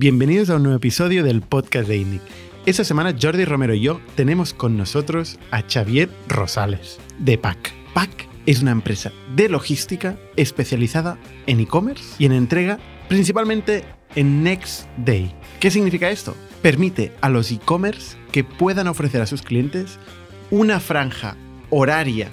Bienvenidos a un nuevo episodio del podcast de INNIC. Esta semana Jordi Romero y yo tenemos con nosotros a Xavier Rosales de PAC. PAC es una empresa de logística especializada en e-commerce y en entrega principalmente en Next Day. ¿Qué significa esto? Permite a los e-commerce que puedan ofrecer a sus clientes una franja horaria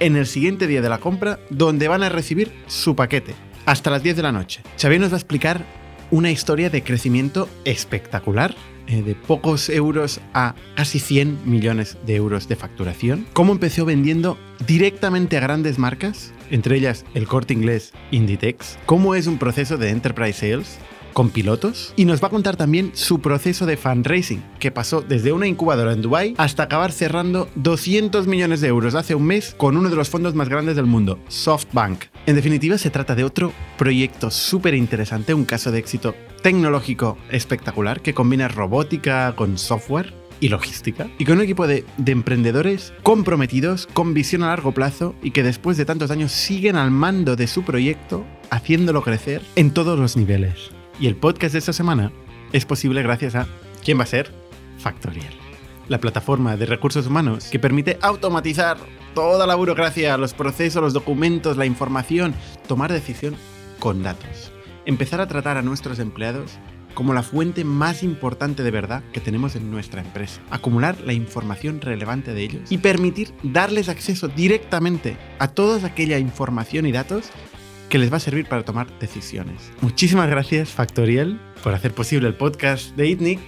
en el siguiente día de la compra donde van a recibir su paquete hasta las 10 de la noche. Xavier nos va a explicar una historia de crecimiento espectacular, eh, de pocos euros a casi 100 millones de euros de facturación. Cómo empezó vendiendo directamente a grandes marcas, entre ellas el corte inglés Inditex. Cómo es un proceso de enterprise sales con pilotos y nos va a contar también su proceso de fundraising, que pasó desde una incubadora en Dubai hasta acabar cerrando 200 millones de euros hace un mes con uno de los fondos más grandes del mundo, SoftBank. En definitiva, se trata de otro proyecto súper interesante, un caso de éxito tecnológico espectacular que combina robótica con software y logística, y con un equipo de, de emprendedores comprometidos, con visión a largo plazo y que después de tantos años siguen al mando de su proyecto, haciéndolo crecer en todos los niveles. Y el podcast de esta semana es posible gracias a ¿Quién va a ser? Factorial. La plataforma de recursos humanos que permite automatizar toda la burocracia, los procesos, los documentos, la información, tomar decisión con datos. Empezar a tratar a nuestros empleados como la fuente más importante de verdad que tenemos en nuestra empresa. Acumular la información relevante de ellos y permitir darles acceso directamente a toda aquella información y datos que les va a servir para tomar decisiones. Muchísimas gracias Factorial por hacer posible el podcast de ITNIC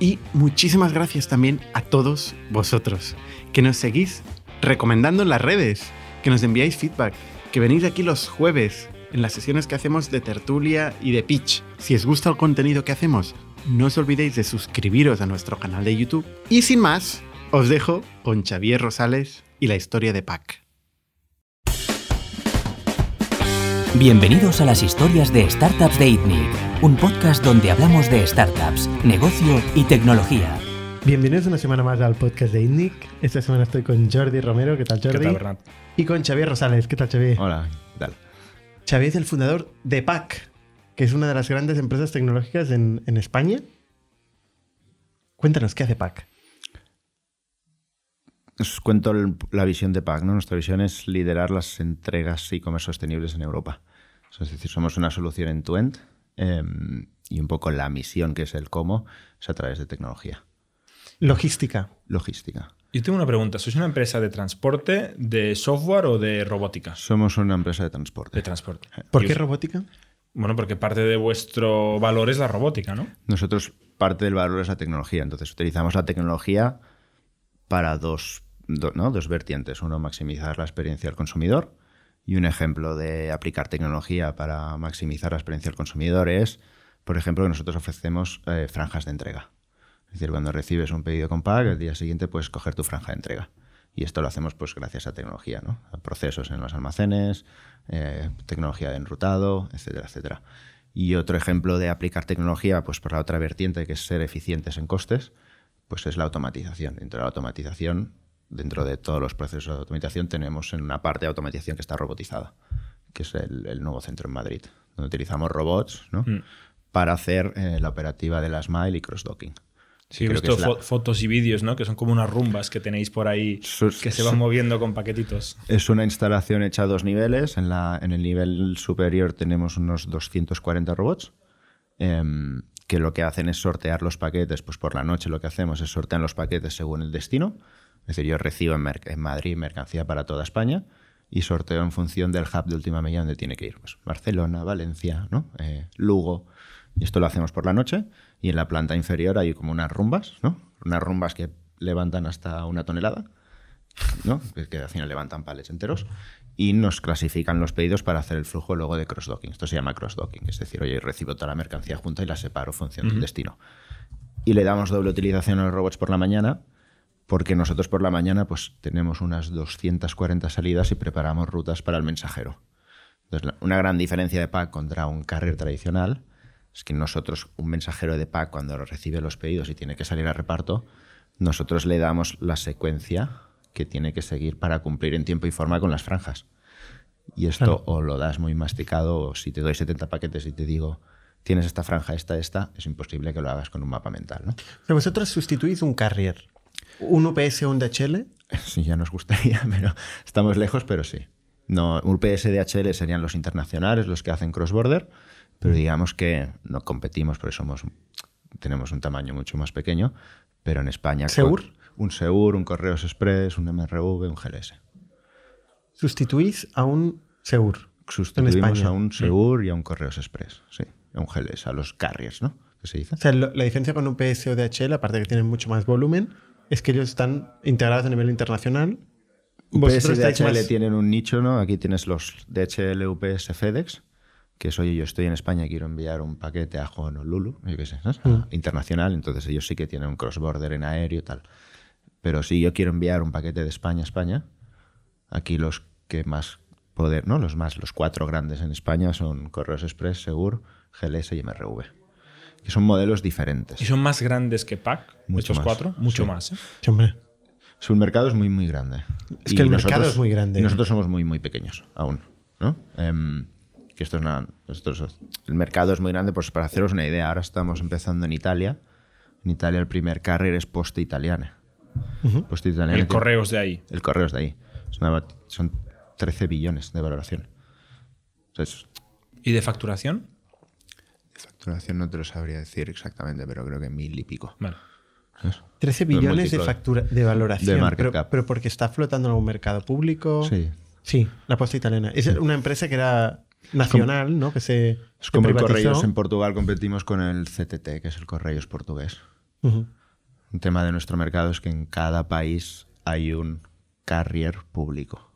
y muchísimas gracias también a todos vosotros que nos seguís recomendando en las redes, que nos enviáis feedback, que venís aquí los jueves en las sesiones que hacemos de tertulia y de pitch. Si os gusta el contenido que hacemos, no os olvidéis de suscribiros a nuestro canal de YouTube. Y sin más, os dejo con Xavier Rosales y la historia de Pac. Bienvenidos a las historias de Startups de ITNIC, un podcast donde hablamos de startups, negocio y tecnología. Bienvenidos una semana más al podcast de INNIC. Esta semana estoy con Jordi Romero, ¿qué tal Jordi? ¿Qué tal, Bernat? Y con Xavier Rosales, ¿qué tal Xavier? Hola, ¿qué tal? Xavier es el fundador de PAC, que es una de las grandes empresas tecnológicas en, en España. Cuéntanos, ¿qué hace PAC? Os cuento el- la visión de PAC. ¿no? Nuestra visión es liderar las entregas e-commerce sostenibles en Europa. O sea, Es decir, somos una solución en to end em, y un poco la misión que es el cómo es a través de tecnología, Logística. logística. Yo tengo una pregunta. ¿Sois una empresa de transporte, de software o de robótica? Somos una empresa de transporte. De transporte. ¿Por Y qué os- robótica? Bueno, porque parte de vuestro valor es la robótica, ¿no? Nosotros parte del valor es la tecnología, entonces utilizamos la tecnología para dos, do- ¿no? dos vertientes. Uno, maximizar la experiencia del consumidor y un ejemplo de aplicar tecnología para maximizar la experiencia del consumidor es, por ejemplo, que nosotros ofrecemos eh, franjas de entrega. Es decir, cuando recibes un pedido con pack, el día siguiente puedes coger tu franja de entrega. Y esto lo hacemos pues gracias a tecnología, ¿no? A procesos en los almacenes, eh, tecnología de enrutado, etcétera, etcétera. Y otro ejemplo de aplicar tecnología, pues por la otra vertiente, que es ser eficientes en costes, pues es la automatización. Dentro de la automatización, dentro de todos los procesos de automatización, tenemos en una parte de automatización que está robotizada, que es el, el nuevo centro en Madrid, donde utilizamos robots, ¿no? Mm. Para hacer eh, la operativa de la Smile y cross-docking. Sí, he Creo que visto es la- fo- fotos y vídeos, ¿no? Que son como unas rumbas que tenéis por ahí Sus- que se van moviendo con paquetitos. Es una instalación hecha a dos niveles. En, la- en el nivel superior tenemos unos 240 robots em, que lo que hacen es sortear los paquetes. Pues por la noche lo que hacemos es sortear los paquetes según el destino. Es decir, yo recibo en, merc- en Madrid mercancía para toda España y sorteo en función del hub de última milla donde tiene que ir. Pues Barcelona, Valencia, ¿no? Eh, Lugo. Y esto lo hacemos por la noche. Y en la planta inferior hay como unas rumbas, ¿no? Unas rumbas que levantan hasta una tonelada. ¿no? Que- que al final levantan palets enteros, y nos clasifican los pedidos para hacer el flujo luego de cross-docking. Esto se llama cross-docking, es decir, oye, recibo toda la mercancía junta y la separo en función del destino. Y le damos doble utilización a los robots por la mañana, porque nosotros por la mañana pues tenemos unas 240 salidas y preparamos rutas para el mensajero. Entonces, la- una gran diferencia de pack contra un carrier tradicional es que nosotros, un mensajero de pack, cuando recibe los pedidos y tiene que salir a reparto, nosotros le damos la secuencia que tiene que seguir para cumplir en tiempo y forma con las franjas. Y esto o lo das muy masticado, o si te doy 70 paquetes y te digo tienes esta franja, esta, esta, es imposible que lo hagas con un mapa mental, ¿no? Pero vosotros sustituís un carrier, un UPS o un DHL. Sí, ya nos gustaría, pero estamos lejos, pero sí. No, UPS, DHL serían los internacionales, los que hacen cross-border, pero digamos que no competimos porque somos, tenemos un tamaño mucho más pequeño, pero en España... ¿Seur? con- Un Seur, un Correos Express, un MRV, un GLS. Sustituís a un Seur. Sustituimos España. a un Seur y a un Correos Express, sí, a un GLS, a los carriers, ¿no? ¿Qué se dice? O sea, lo- la diferencia con UPS o DHL, aparte de que tienen mucho más volumen, es que ellos están integrados a nivel internacional. UPS Vosotros y estáis DHL más- tienen un nicho, ¿no? Aquí tienes los DHL, UPS, FedEx, que es, oye, yo estoy en España y quiero enviar un paquete a Honolulu, yo qué sé, ¿sabes? internacional, entonces ellos sí que tienen un cross-border en aéreo y tal. Pero si yo quiero enviar un paquete de España a España, aquí los que más poder, ¿no? Los más, los cuatro grandes en España son Correos Express, Segur, GLS y MRV. Que son modelos diferentes. Y son más grandes que PAC, Mucho estos más, cuatro, mucho sí. más. ¿eh? Sí, hombre. Su mercado es muy, muy grande. Es que el mercado es muy grande. y nosotros somos muy, muy pequeños aún. ¿no? Em, que esto es una- esto es- el mercado es muy grande, pues para haceros una idea, ahora estamos empezando en Italia. En Italia el primer carrier es Poste Italiana. Poste Italiana El tiene- correos de ahí. El correo es de ahí. Es una- son 13 billones de valoración. O sea, es- ¿Y de facturación? facturación no te lo sabría decir exactamente, pero creo que mil y pico. Vale. 13 Pero billones de, multiplica- factura, de valoración. de market pero, cap. pero porque está flotando en algún mercado público. Sí. Sí, la posta italiana. Es una empresa que era nacional, ¿no? Que se. Es como se el privatizó. Correos en Portugal, competimos con el CTT, que es el Correos portugués. Ujú. Un tema de nuestro mercado es que en cada país hay un carrier público.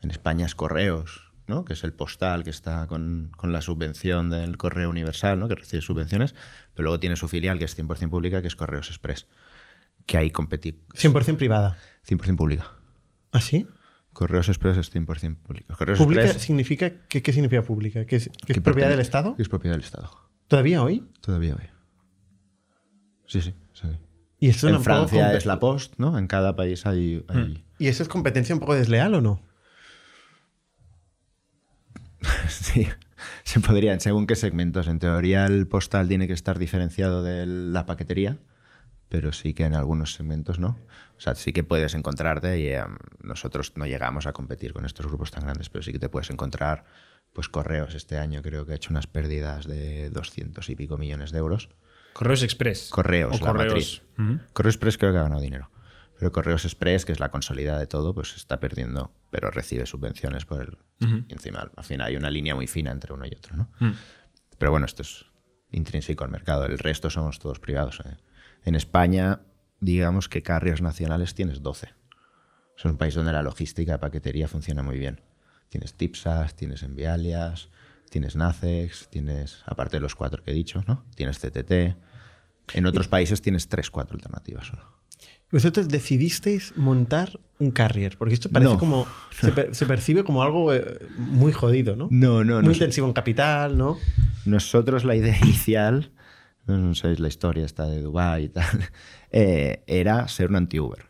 En España es Correos, ¿no? que es el postal que está con, con la subvención del Correo Universal, ¿no? que recibe subvenciones, pero luego tiene su filial que es 100% pública, que es Correos Express, que ahí competí 100% privada. 100% pública. ¿Ah, sí? Correos Express es 100% público. Correos ¿Pública Express, significa. ¿qué, qué significa pública? ¿Que es, que es que propiedad pertene- del Estado? que es propiedad del Estado, ¿Todavía hoy? todavía hoy. Sí, sí, sí. Y eso, En tampoco Francia compe- es la Post, ¿no? En cada país hay... hay- ¿Y eso es competencia un poco desleal o no? Sí, se podrían, según qué segmentos. En teoría el postal tiene que estar diferenciado de la paquetería, pero sí que en algunos segmentos no. O sea, sí que puedes encontrarte y eh, nosotros no llegamos a competir con estos grupos tan grandes, pero sí que te puedes encontrar, pues Correos este año creo que ha hecho unas pérdidas de 200 y pico millones de euros. Correos Express. Correos, O la matriz. correos. Ujú. Correos Express creo que ha ganado dinero. Pero Correos Express, que es la consolidada de todo, pues está perdiendo, pero recibe subvenciones por el. y encima, al final hay una línea muy fina entre uno y otro, ¿no? Mm. Pero bueno, esto es intrínseco al mercado. El resto somos todos privados. ¿eh? En España, digamos que carriers nacionales tienes 12. Es un país donde la logística de paquetería funciona muy bien. Tienes Tipsas, tienes Envialias, tienes Nacex, tienes, aparte de los cuatro que he dicho, ¿no? Tienes CTT. En otros países tienes tres, cuatro alternativas solo. Vosotros decidisteis montar un carrier, porque esto parece No. como. Se, per- se percibe como algo eh, muy jodido, ¿no? No, no, Muy no. intensivo en capital, ¿no? Nosotros la idea inicial, no no sabéis la historia esta de Dubái y tal, eh, era ser un anti-Uber.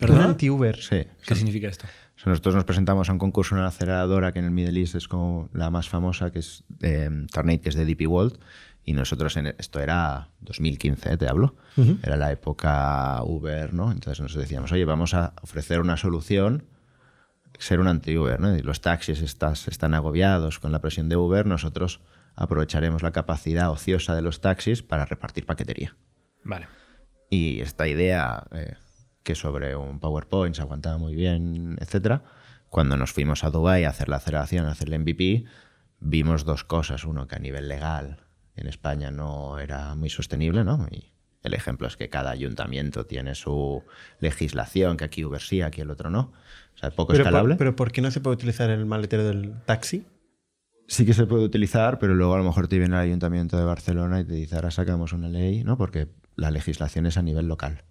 Un anti-Uber. Sí. ¿Qué significa esto? O sea, nosotros nos presentamos a un concurso en una aceleradora que en el Middle East es como la más famosa, que es eh, Tornate, que es de DP World. Y nosotros, en, e, esto era 2015, ¿eh? te hablo. Era la época Uber, ¿no? Entonces nos decíamos, oye, vamos a ofrecer una solución, ser un anti-Uber, ¿no? Y los taxis estas- están agobiados con la presión de Uber. Nosotros aprovecharemos la capacidad ociosa de los taxis para repartir paquetería. Vale. Y esta idea, eh, que sobre un PowerPoint se aguantaba muy bien, etcétera, cuando nos fuimos a Dubái a hacer la aceleración, a hacer el MVP, vimos dos cosas. Uno, que a nivel legal en España no era muy sostenible, ¿no? Y el ejemplo es que cada ayuntamiento tiene su legislación, que aquí Uber sí, aquí el otro no. O sea, poco Pero escalable. por, pero ¿por qué no se puede utilizar el maletero del taxi? sí que se puede utilizar, pero luego a lo mejor te viene el Ayuntamiento de Barcelona y te dice, ahora sacamos una ley, ¿no? Porque la legislación es a nivel local,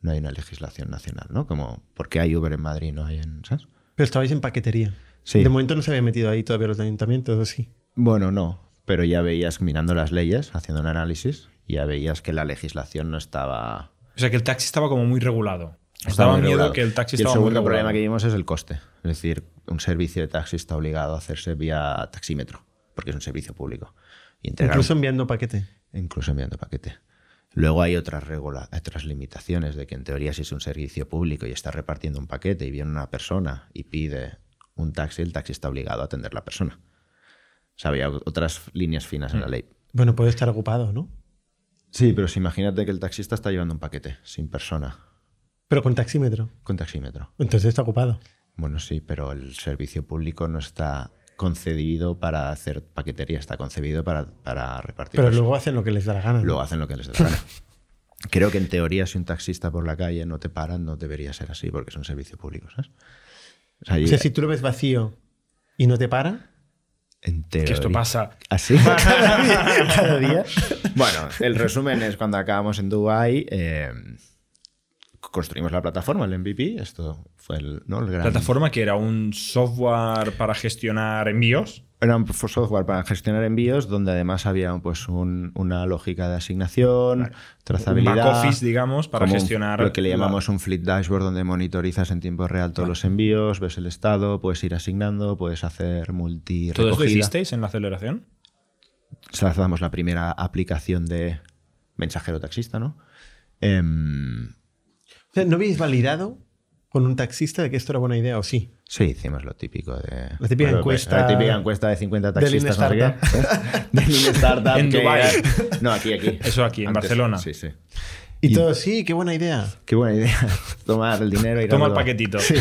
no hay una legislación nacional, ¿no? Como, ¿por qué hay Uber en Madrid, no hay en... ¿sabes? Pero estabais en paquetería. Sí. De momento no se había metido ahí todavía los ayuntamientos, ¿o sí? Bueno, no, pero ya veías mirando las leyes, haciendo un análisis, ya veías que la legislación no estaba... O sea que el taxi estaba como muy regulado. Nos estaba daba muy miedo regulado. que el y taxi el estaba muy segundo regulado. problema que vimos es el coste. Es decir, un servicio de taxi está obligado a hacerse vía taxímetro, porque es un servicio público. Y entregar- Incluso enviando paquete. incluso enviando paquete. Luego hay otras, regula- otras limitaciones de que en teoría si es un servicio público y está repartiendo un paquete y viene una persona y pide un taxi, el taxi está obligado a atender la persona. O sea, había o- otras líneas finas Mm. en la ley. Bueno, puede estar ocupado, ¿no? Sí, pero si imagínate que el taxista está llevando un paquete sin persona, Pero con taxímetro. con taxímetro. Entonces está ocupado. Bueno, sí, pero el servicio público no está concebido para hacer paquetería, está concebido para, para repartir. Pero personas. luego hacen lo que les da la gana. ¿no? Luego hacen pues lo que les dé la gana. Creo que en teoría, si un taxista por la calle no te paran, no debería ser así, porque es un servicio público, ¿sabes? O sea, O yo- sea, si tú lo ves vacío y no te para, en Que esto teoría- pasa. ¿Así? Cada día, cada día. Bueno, el resumen es cuando acabamos en Dubai construimos la plataforma, el MVP. Esto fue el, ¿no? el gran. Plataforma que era un software para gestionar envíos. Era un software para gestionar envíos donde además había pues, un- una lógica de asignación, trazabilidad. Un back office, digamos, para como un- gestionar. Lo que le la- llamamos un fleet dashboard donde monitorizas en tiempo real todos los envíos, ves el estado, puedes ir asignando, puedes hacer multi ¿Todo esto recogida. hicisteis en la aceleración? Lanzamos la primera aplicación de mensajero taxista, ¿no? Em, o sea, ¿no habéis validado con un taxista de que esto era buena idea o sí? Sí, hicimos lo típico de. La típica encuesta- La típica encuesta de 50 de Lean taxistas. no sé qué. De Lean Startup. En que- Dubái. No, aquí, aquí. Eso aquí, en Barcelona. Sí, sí. Y, Y- Eh, todos, sí, qué buena idea. Qué buena idea. Tomar el dinero y Toma el dándolo. paquetito. Sí.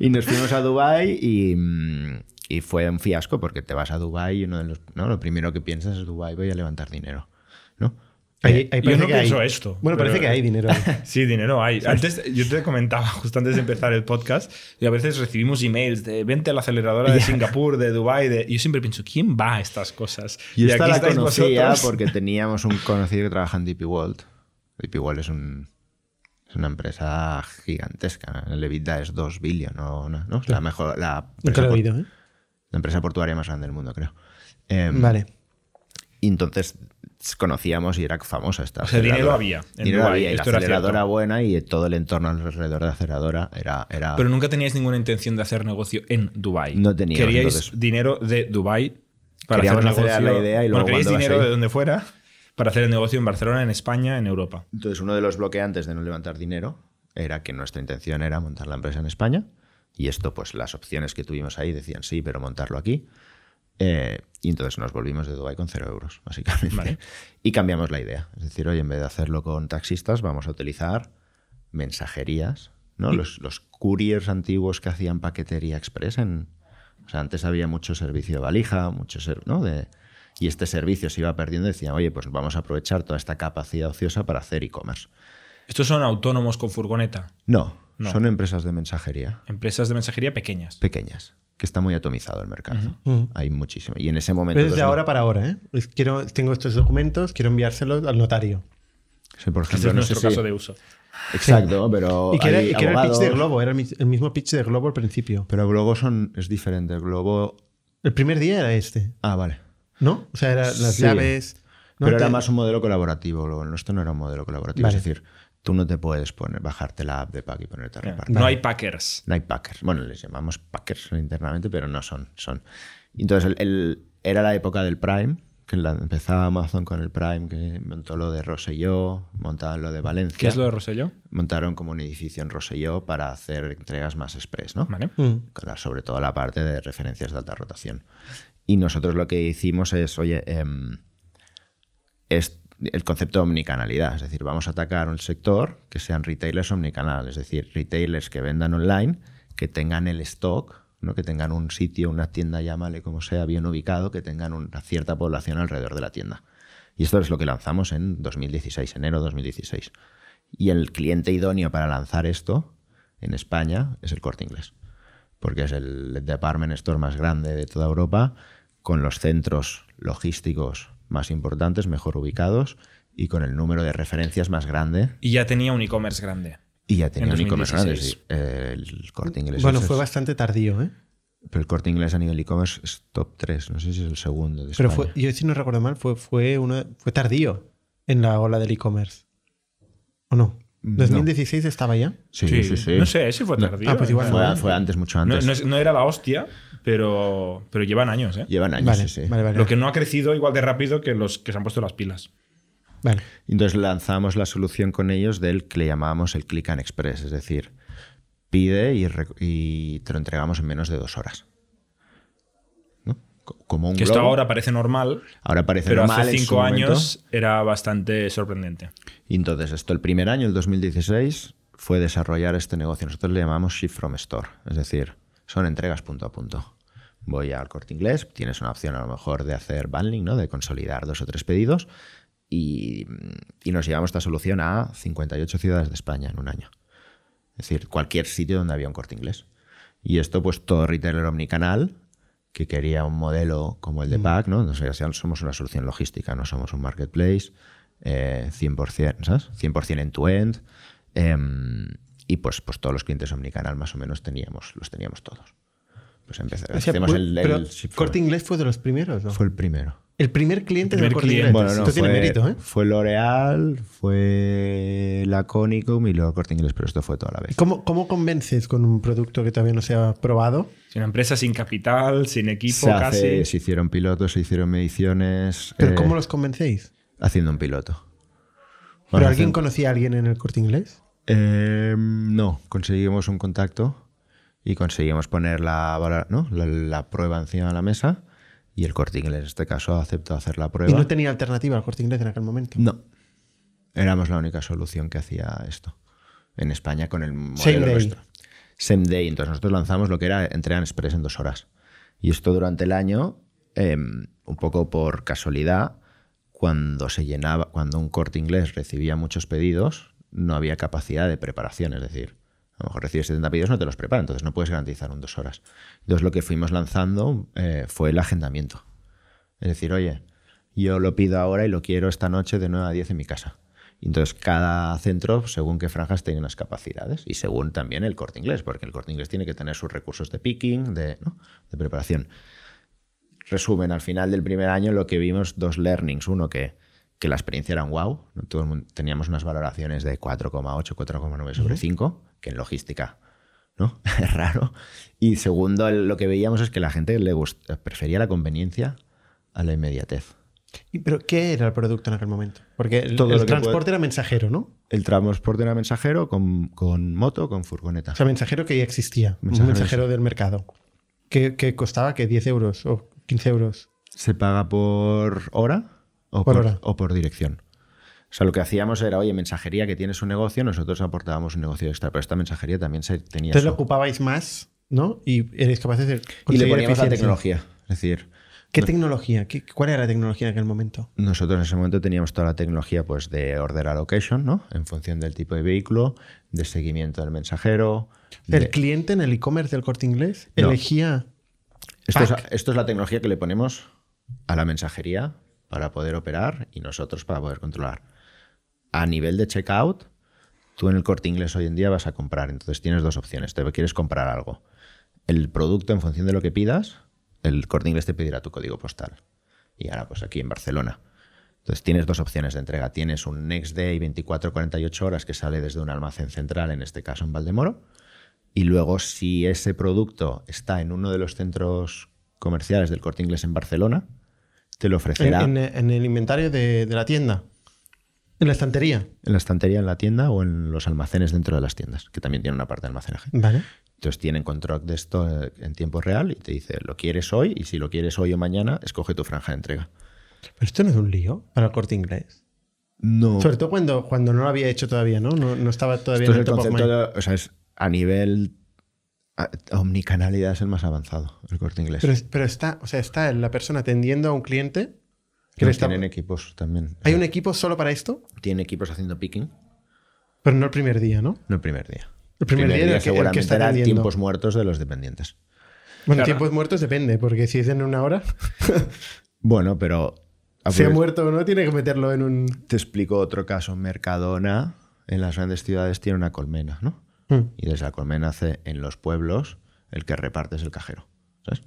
Y nos fuimos a Dubai y, mm, y fue un fiasco porque te vas a Dubai y uno de los, ¿no? lo primero que piensas es Dubai voy a levantar dinero. ¿no? Ahí- ahí yo parece no que hay- pienso esto, Bueno, pero- parece que hay dinero. ahí. Sí, dinero hay. Antes, yo te comentaba, justo antes de empezar el podcast, y a veces recibimos emails de vente a la aceleradora de Singapur, de Dubai de... y yo siempre pienso, ¿quién va a estas cosas? Yo esta la estáis conocía vosotros. porque teníamos un conocido que trabaja en DP World. DP World es, un, es una empresa gigantesca. El EBITDA es 2 billion, o una- ¿no? La mejor, la Nunca empresa, lo he por- oído, ¿eh? la empresa portuaria más grande del mundo, creo. Em, Vale. Y entonces conocíamos y era famosa esta. O sea, dinero aceleradora. había en Dinero Dubái, había, y la esto era aceleradora cierto. buena y todo el entorno alrededor de la aceleradora era. era Pero nunca teníais ninguna intención de hacer negocio en Dubai. Ah. No teníamos, Queríais entonces. dinero de Dubai para Queríamos hacer acelerar negocio. la idea y luego bueno, queríais cuando vas dinero ahí- de donde fuera para hacer el negocio en Barcelona, en España, en Europa. Entonces, uno de los bloqueantes de no levantar dinero era que nuestra intención era montar la empresa en España. Y esto, pues las opciones que tuvimos ahí decían sí, pero montarlo aquí. Eh, y entonces nos volvimos de Dubái con cero euros, básicamente. Vale. Y cambiamos la idea. Es decir, oye, en vez de hacerlo con taxistas, vamos a utilizar mensajerías, ¿no? Los, los couriers antiguos que hacían paquetería express en... O sea, antes había mucho servicio de valija, mucho ser- ¿no? De, y este servicio se iba perdiendo y decían, oye, pues vamos a aprovechar toda esta capacidad ociosa para hacer e-commerce. Estos son autónomos con furgoneta, No, No. son empresas de mensajería empresas de mensajería pequeñas. pequeñas, que está muy atomizado el mercado. Ujú. Hay muchísimo. Y en ese momento... Pero desde entonces, ahora para ahora, ¿eh? Pues Quiero, tengo estos documentos, quiero enviárselos al notario. sí, por ejemplo, Este es no nuestro sé si- caso de uso. Exacto, pero... Y que, era, hay y que era el pitch abogados, de Globo, era el mis- el mismo pitch de Globo al principio. Pero Globo son, es diferente. Globo. El primer día era este, Ah, vale. ¿no? O sea, eran las Sí. llaves. ¿no? Pero era Te- más un modelo colaborativo. Globo. El nuestro no era un modelo colaborativo. Vale. Es decir, tú no te puedes poner, bajarte la app de Pack y ponerte a repartir. No hay packers. No hay packers. Bueno, les llamamos packers internamente, pero no son. son. Entonces, el- el- era la época del Prime, que la- empezaba Amazon con el Prime, que montó lo de Rosselló, montaban lo de Valencia. ¿Qué es lo de Rosselló? Montaron como un edificio en Rosselló para hacer entregas más express, ¿no? Vale. Mm. con la- sobre todo la parte de referencias de alta rotación. Y nosotros lo que hicimos es, oye, em, es el concepto de omnicanalidad, es decir, vamos a atacar un sector que sean retailers omnicanal, es decir, retailers que vendan online, que tengan el stock, ¿no? que tengan un sitio, una tienda, llámale como sea, bien ubicado, que tengan una cierta población alrededor de la tienda. Y esto es lo que lanzamos en 2016, enero 2016. Y el cliente idóneo para lanzar esto en España es el corte inglés porque es el department store más grande de toda Europa, con los centros logísticos más importantes, mejor ubicados y con el número de referencias más grande. Y ya tenía un e-commerce grande. Y ya tenía En un e-commerce grande. 2016. sí. Eh, el corte inglés. Bueno, es- fue bastante tardío, ¿eh? Pero el corte inglés a nivel e-commerce es top 3. No sé si es el segundo. De Pero fue, España. yo si no recuerdo mal, fue, fue, uno, fue tardío en la ola del e-commerce. ¿O no? Mm, ¿2016 estaba ya? Sí, sí, sí. No sé, ese fue No. tardío. Ah, pues ¿eh? igual No, no. Fue, fue antes, mucho no antes. es- no era la hostia, pero, pero llevan años, ¿eh? Llevan años, Vale, Ah, sí, sí. vale, vale. Lo que no ha crecido igual de rápido que los que se han puesto las pilas. Vale. Entonces lanzamos la solución con ellos del que le llamábamos el Click and Express, es decir, pide y, re- y te lo entregamos en menos de dos horas. ¿No? Co- Como un Que esto globo. ahora parece normal, Ahora parece pero normal hace en su cinco momento. años era bastante sorprendente. Y entonces, esto el primer año, el 2016, fue desarrollar este negocio. Nosotros le llamamos Shift from Store, es decir, son entregas punto a punto. Voy al corte inglés, tienes una opción a lo mejor de hacer bundling, ¿no? de consolidar dos o tres pedidos, y, y nos llevamos esta solución a 58 ciudades de España en un año. Es decir, cualquier sitio donde había un corte inglés. Y esto, pues todo retailer omnicanal que quería un modelo como Mm. el de Pack, ¿no? Entonces, al final somos una solución logística, no somos un marketplace, eh, 100%, ¿sabes? 100% end-to-end. em, y pues, pues todos los clientes omnicanal más o menos teníamos, los teníamos todos. Pues empezamos, O sea, hacemos pu- el, pues, el pero ship from- Corte Inglés fue de los primeros, ¿no? Fue el primero. el primer cliente El de primer Corte cliente. Inglés. Bueno, no, Esto fue, tiene mérito, ¿eh? fue L'Oreal, fue Laconicum y luego Corte Inglés, pero esto fue toda la ¿Y vez. ¿Cómo, ¿Cómo convences con un producto que todavía no se ha probado? Sin empresa, sin capital, sin equipo, Se, hace- casi. se hicieron pilotos, se hicieron mediciones. ¿Pero eh, cómo los convencéis? Haciendo un piloto. ¿Pero Bueno, alguien hacen- conocía a alguien en el Corte Inglés? Eh, no, conseguimos un contacto y conseguimos poner la, valora- ¿no? la, la prueba encima de la mesa y el corte inglés en este caso aceptó hacer la Y prueba. no tenía alternativa al Corte Inglés en aquel momento. No. Éramos la única solución que hacía esto en España con el modelo Same day. nuestro. Same day. Entonces nosotros lanzamos lo que era entrega en express en dos horas. Y esto durante el año, eh, un poco por casualidad, cuando se llenaba, cuando un corte inglés recibía muchos pedidos, no había capacidad de preparación. Es decir, a lo mejor recibes 70 pedidos, no te los prepara, entonces no puedes garantizar un dos horas. Entonces lo que fuimos lanzando eh, fue el agendamiento. Es decir, oye, yo lo pido ahora y lo quiero esta noche de 9 a 10 en mi casa. Y Entonces, cada centro, según qué franjas, tiene unas capacidades y según también el corte inglés, porque el corte inglés tiene que tener sus recursos de picking, de, ¿no? de preparación. Resumen, al final del primer año lo que vimos, dos learnings. Uno, que, que la experiencia era un wow. ¿no? Todo el mundo- teníamos unas valoraciones de 4,8, 4,9 sobre 5, que en logística ¿no? es raro. Y segundo, el- lo que veíamos es que la gente le gust- prefería la conveniencia a la inmediatez. ¿Y ¿Pero qué era el producto en aquel momento? Porque el, Todo el lo que transporte puede- era mensajero, ¿no? El transporte era mensajero con, con moto, con furgoneta. O sea, mensajero que ya existía. Mensajero un mensajero del mercado. Que, que costaba que 10 euros o 15 euros. ¿Se paga por hora o Por por, hora. o por dirección? O sea, lo que hacíamos era, oye, mensajería que tiene su negocio, nosotros aportábamos un negocio extra, pero esta mensajería también se tenía Entonces su- lo ocupabais más, ¿no? Y erais capaces de. Y le conseguir poníamos la eficiencia. tecnología. Es decir, ¿Qué tecnología? ¿Qué- ¿Cuál era la tecnología en aquel momento? Nosotros en ese momento teníamos toda la tecnología pues, de order allocation, ¿no? En función del tipo de vehículo, de seguimiento del mensajero. ¿El de- cliente en el e-commerce del corte inglés No. elegía. esto, es, pack. esto es la tecnología que le ponemos a la mensajería para poder operar y nosotros para poder controlar. A nivel de checkout, tú en el corte inglés hoy en día vas a comprar, entonces tienes dos opciones. Te quieres comprar algo. El producto, en función de lo que pidas, el corte inglés te pedirá tu código postal. Y ahora, pues aquí en Barcelona. Entonces tienes dos opciones de entrega. Tienes un next day 24-48 horas que sale desde un almacén central, en este caso en Valdemoro. Y luego, si ese producto está en uno de los centros comerciales del corte inglés en Barcelona, te lo En, ofrecerá en, en- en el inventario de, de la tienda. En la estantería. la estantería, en la tienda o en los almacenes dentro de las tiendas, que también tiene una parte de almacenaje. Vale. Entonces tienen control de esto eh, en tiempo real y te dice, lo quieres hoy y si lo quieres hoy o mañana, escoge tu franja de entrega. Pero esto no es un lío para el corte inglés. No. Sobre todo cuando, cuando no lo había hecho todavía, ¿no? No, no estaba todavía Esto es en el el top of mind. concepto, de- o sea, es a nivel a- omnicanalidad es el más avanzado, el corte inglés. Pero, es- pero está, o sea, está la persona atendiendo a un cliente. que No, le está- tienen equipos también. Hay un equipo solo para esto, Tienen equipos haciendo picking, pero no el primer día, ¿no? no el primer día. El primer, día, era el que, el que seguramente está eran atendiendo. tiempos muertos de los dependientes. Bueno, Claro. tiempos muertos depende, porque si es en una hora, Bueno, pero Ah, si pues- ha muerto o no, tiene que meterlo en un. te explico otro caso. Mercadona en las grandes ciudades tiene una colmena, ¿no? Hmm. Y desde la colmena hace en los pueblos el que reparte es el cajero. ¿sabes?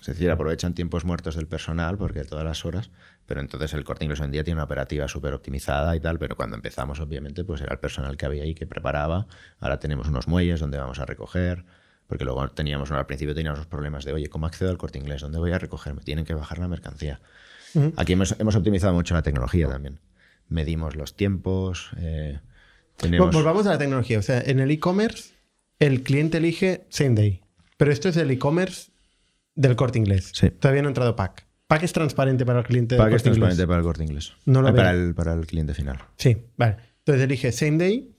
Es decir, aprovechan tiempos muertos del personal, porque todas las horas, pero entonces el corte inglés hoy en día tiene una operativa súper optimizada y tal, pero cuando empezamos, obviamente, pues era el personal que había ahí que preparaba. Ahora tenemos unos muelles donde vamos a recoger, porque luego teníamos, al principio teníamos los problemas de, oye, ¿cómo accedo al corte inglés? ¿Dónde voy a recoger? Me tienen que bajar la mercancía. Aquí hemos, hemos optimizado mucho la tecnología también. Medimos los tiempos. eh, tenemos... Volvamos a la tecnología. O sea, en el e-commerce, el cliente elige same day. Pero esto es el e-commerce del corte inglés. Sí. Todavía no ha entrado pack. Pack es transparente para el cliente del Pack es Corte Inglés. transparente para el corte inglés. No lo Eh, veo. para, el, para el cliente final. Sí, vale. Entonces elige same day,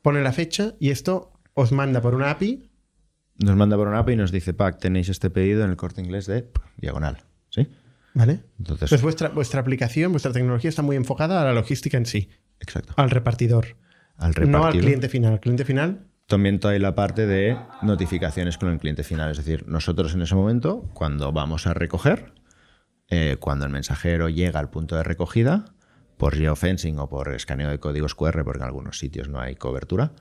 pone la fecha y esto os manda por una API. Nos manda por una app y nos dice, Pack, tenéis este pedido en el corte inglés de diagonal. ¿Sí? ¿Vale? Entonces, Entonces vuestra, vuestra aplicación, vuestra tecnología está muy enfocada a la logística en sí, exacto. al repartidor. Al No al repartirlo. cliente final. El cliente final, También hay la parte de notificaciones con el cliente final. Es decir, nosotros en ese momento, cuando vamos a recoger, eh, cuando el mensajero llega al punto de recogida, por geofencing o por escaneo de códigos QR, porque en algunos sitios no hay cobertura,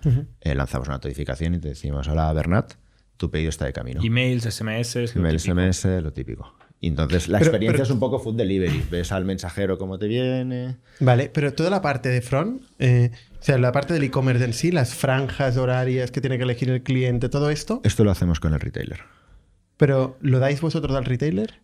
eh, lanzamos una notificación y te decimos, hola Bernat, tu pedido está de camino. Emails, SMS. lo Email, típico. SMS, lo típico. Y entonces la Pero- experiencia pero- es un poco food delivery. Ves al mensajero cómo te viene. vale, pero toda la parte de front, eh, o sea, la parte del e-commerce en sí, las franjas horarias que tiene que elegir el cliente, todo esto, Esto lo hacemos con el retailer. pero ¿lo dais vosotros al retailer?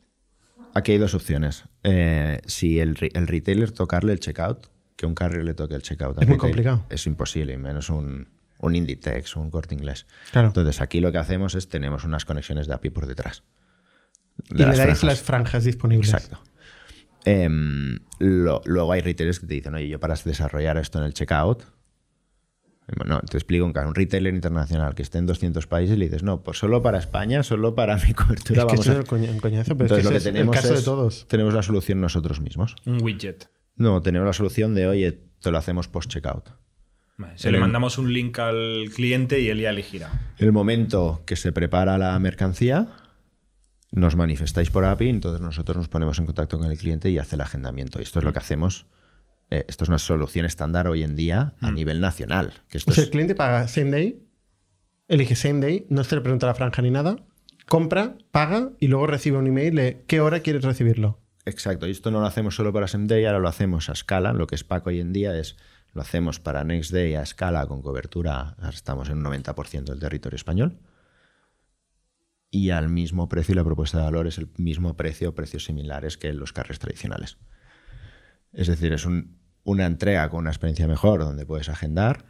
Aquí hay dos opciones. Eh, si el, re- el retailer tocarle el checkout, que un carrier le toque el checkout. al Es muy retail, complicado. Es imposible, y menos un, un Inditex, un corte inglés. Claro. Entonces aquí lo que hacemos es tenemos unas conexiones de API por detrás. De y le dais franjas. las franjas disponibles. Exacto. Em, lo- luego hay retailers que te dicen, oye, yo para desarrollar esto en el checkout, no, te explico un caso, un retailer internacional que esté en 200 países, le dices, no, pues solo para España, solo para mi cobertura. Es que vamos eso a- es el coña- un coñazo, pero Entonces es, lo que que ese es tenemos el caso es- de todos. tenemos la solución nosotros mismos. Un widget. No, tenemos la solución de, oye, te lo hacemos post-checkout. Vale, se le El- mandamos un link al cliente y él ya elegirá. El momento que se prepara la mercancía, nos manifestáis por API, entonces nosotros nos ponemos en contacto con el cliente y hace el agendamiento. Y esto es lo que hacemos. eh, esto es una solución estándar hoy en día a nivel nacional. Que Mm. esto O sea, es, el cliente paga same day, elige same day, no se le pregunta la franja ni nada, compra, paga y luego recibe un email de qué hora quieres recibirlo. exacto. Y esto no lo hacemos solo para Semday, ahora lo hacemos a escala. Lo que es Pack hoy en día es lo hacemos para Next Day a escala con cobertura. ahora Estamos en un 90% del territorio español. Y al mismo precio, y la propuesta de valor es el mismo precio, precios similares que los carros tradicionales. Es decir, es un- una entrega con una experiencia mejor donde puedes agendar.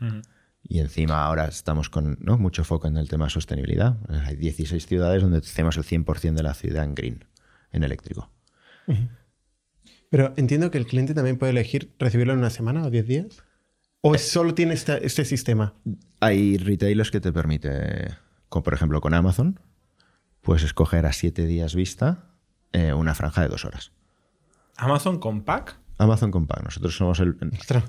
Y encima ahora estamos con ¿no? mucho foco en el tema de sostenibilidad. Hay 16 ciudades donde hacemos el 100% de la ciudad en green, en eléctrico. Pero entiendo que el cliente también puede elegir recibirlo en una semana o 10 días. ¿O Eh. es- solo tiene esta- este sistema? Hay retailers que te permite, como por ejemplo con Amazon, puedes escoger a 7 días vista eh, una franja de 2 horas. Amazon con pack. Amazon Compact. Nosotros somos el, Ostras.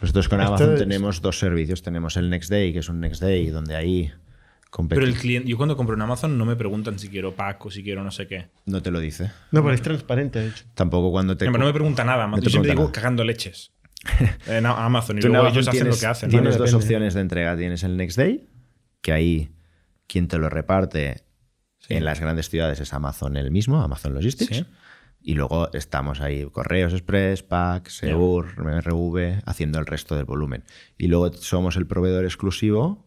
nosotros con Esto Amazon es- tenemos dos servicios. Tenemos el Next Day, que es un Next Day donde ahí Pero el competimos. cliente, yo cuando compro en Amazon no me preguntan si quiero pack o si quiero no sé qué. No te lo dice. No, pero es transparente, de hecho. Tampoco cuando te. No, pero no me pregunta nada. No te yo siempre pregunta digo nada. cagando leches. En a- Amazon. Y Tú en luego Amazon ellos hacen tienes- lo que hacen. Tienes Vale, dos depende. opciones de entrega. Tienes el Next Day, que ahí quien te lo reparte en las grandes ciudades es Amazon el mismo, Amazon Logistics. Sí. Y luego estamos ahí Correos Express, PAC, Segur, MRV, haciendo el resto del volumen. Y luego somos el proveedor exclusivo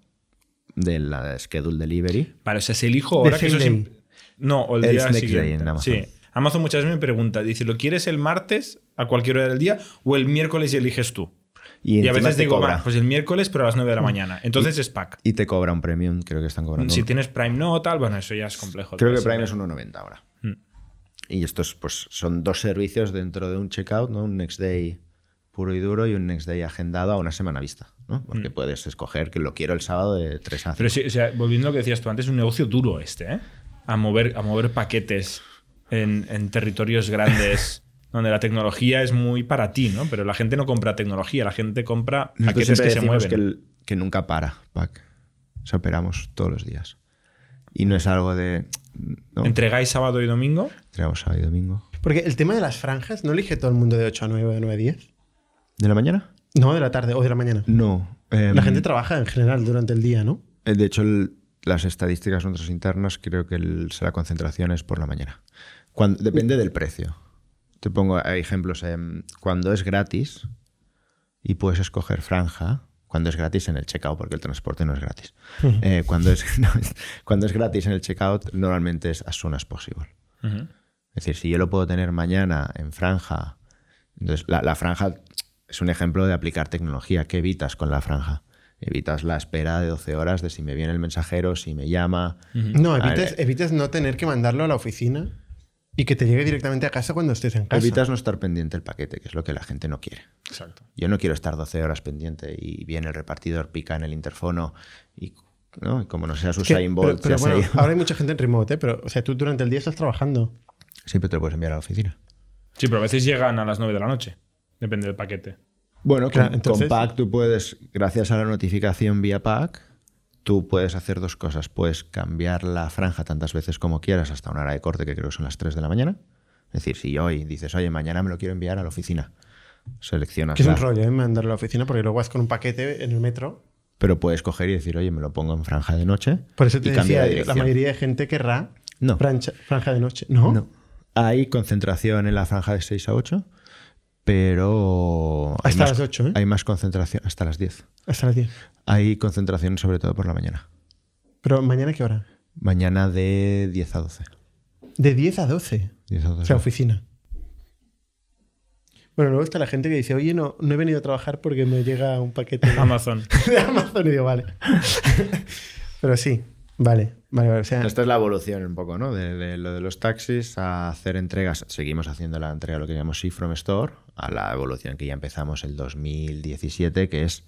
de la Schedule Delivery. Vale, o sea, si elijo ahora De que eso same sim- day. No, o el, El día next day siguiente. en Amazon. Sí. Amazon muchas veces me pregunta, dice, ¿lo quieres el martes a cualquier hora del día o el miércoles y eliges tú? Y, a encima veces te digo, cobra. Mm. "Va, pues el miércoles, pero a las 9 de la mañana. Entonces es pack. Y te cobra un premium, creo que están cobrando. Si un- tienes Prime no o tal, bueno, eso ya es complejo. ¿eh? Creo que Sí. Prime es 1.90 ahora. Mm. Y estos pues, son dos servicios dentro de un checkout, ¿no? Un next day puro y duro y un next day agendado a una semana vista, ¿no? Porque puedes escoger que lo quiero el sábado de 3 a 5. Mm. Pero sí, o sea, volviendo a lo que decías tú antes, es un negocio duro este, ¿eh? A mover, a mover paquetes en, en territorios grandes donde la tecnología es muy para ti, ¿no? Pero la gente no compra tecnología, la gente compra Nosotros paquetes siempre que se decimos mueven. Que, el- que nunca para, Pac. O sea, operamos todos los días. Y no es algo de... No, Entregáis sábado y domingo. entregamos sábado y domingo. Porque el tema de las franjas, ¿no elige todo el mundo de 8 a 9 de 9 a 10? ¿De la mañana? No, de la tarde o de la mañana. No. em, La gente trabaja en general durante el día, ¿no? Eh, De hecho, el- las estadísticas nuestras internas, creo que el- la concentración es por la mañana. Cuando, depende del precio. Te pongo ejemplos. em, cuando es gratis y puedes escoger franja, cuando es gratis en el checkout, porque el transporte no es gratis. Eh, cuando, es, no, es- cuando es gratis en el checkout, normalmente es as soon as possible. Ujú. Es decir, si yo lo puedo tener mañana en franja, entonces la, la franja es un ejemplo de aplicar tecnología. ¿Qué evitas con la franja? Evitas la espera de 12 horas de si me viene el mensajero, si me llama. No, Mm. A evites, ver. evites no tener que mandarlo a la oficina y que te llegue directamente a casa cuando estés en casa. Evitas no estar pendiente del paquete, que es lo que la gente no quiere. Exacto. Yo no quiero estar 12 horas pendiente y viene el repartidor, pica en el interfono y, ¿no? Y como no sea Es que- Usain pero, pero Bolt, Pues ya se ha bueno, ido. ahora hay mucha gente en remote, ¿eh? pero o sea, tú durante el día estás trabajando. siempre te lo puedes enviar a la oficina. Sí, pero a veces llegan a las 9 de la noche. Depende del paquete. Bueno, Claro, con, entonces- con Pack tú puedes, gracias a la notificación vía Pack, tú puedes hacer dos cosas. Puedes cambiar la franja tantas veces como quieras hasta una hora de corte, que creo que son las 3 de la mañana. Es decir, si hoy dices, oye, mañana me lo quiero enviar a la oficina, seleccionas. Que es un la- rollo, ¿eh? Mandarlo a la oficina porque luego vas con un paquete en el metro. Pero puedes coger y decir, oye, me lo pongo en franja de noche. Por eso te y decía, cambiar de la dirección. mayoría de gente querrá No. francha- franja de noche. ¿No? No. Hay concentración en la franja de 6 a 8, pero. hay Hasta más- las 8, ¿eh? Hay más concentración, hasta las 10. Hasta las 10. Hay concentración sobre todo por la mañana. Pero mañana, ¿qué hora? Mañana de 10 a 12. De 10 a 12. 10 a 12. O sea, oficina. Bueno, luego está la gente que dice, oye, no, no he venido a trabajar porque me llega un paquete de Amazon. de Amazon. Y digo, vale. Pero sí, vale. Vale, vale. O sea, Esta es la evolución un poco, ¿no? De, de lo de los taxis a hacer entregas. Seguimos haciendo la entrega, lo que llamamos Shift from Store, a la evolución que ya empezamos el 2017, que es,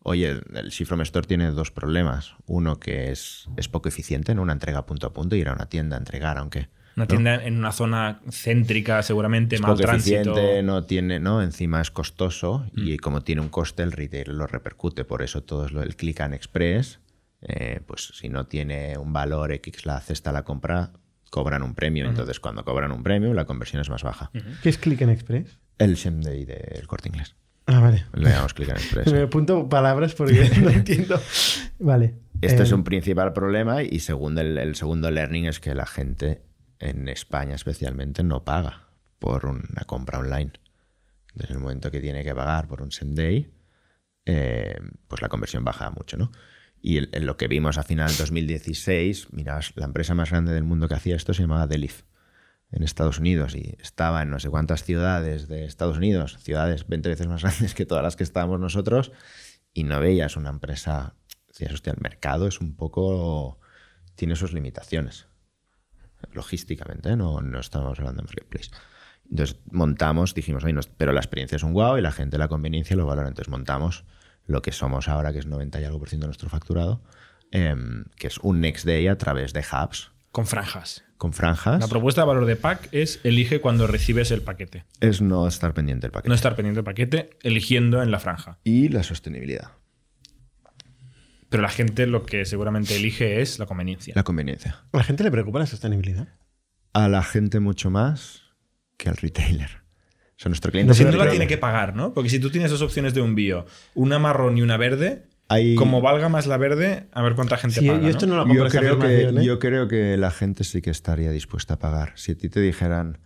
oye, el Shift from Store tiene dos problemas. Uno que es, es poco eficiente, ¿no? Una entrega punto a punto, ir a una tienda a entregar, aunque... Una tienda en una zona céntrica, seguramente, es mal poco tránsito. eficiente, no tiene, ¿no? Encima es costoso y como tiene un coste, el retail lo repercute. Por eso todo lo, el click and express, eh, pues si no tiene un valor X la cesta a la compra, cobran un premio. Entonces, cuando cobran un premio, la conversión es más baja. ¿qué es Click and Express? El same day del corte inglés. Ah, vale. Le llamamos click and express. ¿eh? Me apunto palabras porque no entiendo. Vale. Este Eh, es un principal problema y segundo, el, el segundo learning es que la gente en España especialmente no paga por una compra online. Desde el momento que tiene que pagar por un Senday, eh, pues la conversión baja mucho, ¿no? Y el- en lo que vimos a final del 2016, mirabas, la empresa más grande del mundo que hacía esto se llamaba Delif en Estados Unidos y estaba en no sé cuántas ciudades de Estados Unidos, ciudades 20 veces más grandes que todas las que estábamos nosotros, y no veías una empresa. Decías, hostia, el mercado es un poco. tiene sus limitaciones. Logísticamente, ¿eh? no, no estamos hablando de marketplace. Entonces montamos, dijimos, "Oye, nos- pero la experiencia es un guau y la gente la conveniencia lo valora. Entonces montamos lo que somos ahora, que es 90 y algo por ciento de nuestro facturado, em, que es un next day a través de hubs Con franjas. con franjas. La propuesta de valor de pack es elige cuando recibes el paquete. es no estar pendiente del paquete. No estar pendiente del paquete, eligiendo en la franja. Y la sostenibilidad, Pero la gente lo que seguramente elige es la conveniencia. la conveniencia. ¿A la gente le preocupa la sostenibilidad? A la gente mucho más que al retailer. O sea, nuestro cliente No, Si pero no la creo- tiene que pagar, ¿no? Porque si tú tienes dos opciones de un bio, una marrón y una verde, Hay- como valga más la verde, a ver cuánta gente Sí, paga. y esto ¿no? no, lo yo compro creo, que, ¿eh? yo creo que la gente sí que estaría dispuesta a pagar. Si a ti te dijeran,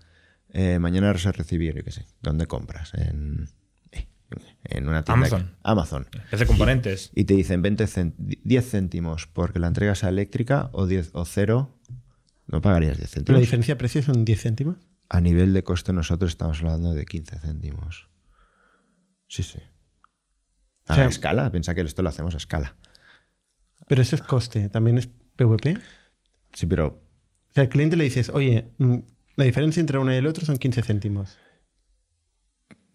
eh, mañana vas a recibir, yo qué sé, ¿dónde compras? En, eh, en una tienda. Amazon. que- Amazon. Es de componentes. Y te dicen 20 cen- 10 céntimos porque la entrega sea eléctrica o 10 o 0, no pagarías 10 La céntimos. diferencia de precio son 10 céntimos. A nivel de coste nosotros estamos hablando de 15 céntimos. Sí, sí. A O sea- escala, piensa que esto lo hacemos a escala. Pero eso es coste. También es PVP. O Sí, pero sea, al cliente le dices, oye, mm, la diferencia entre uno y el otro son 15 céntimos.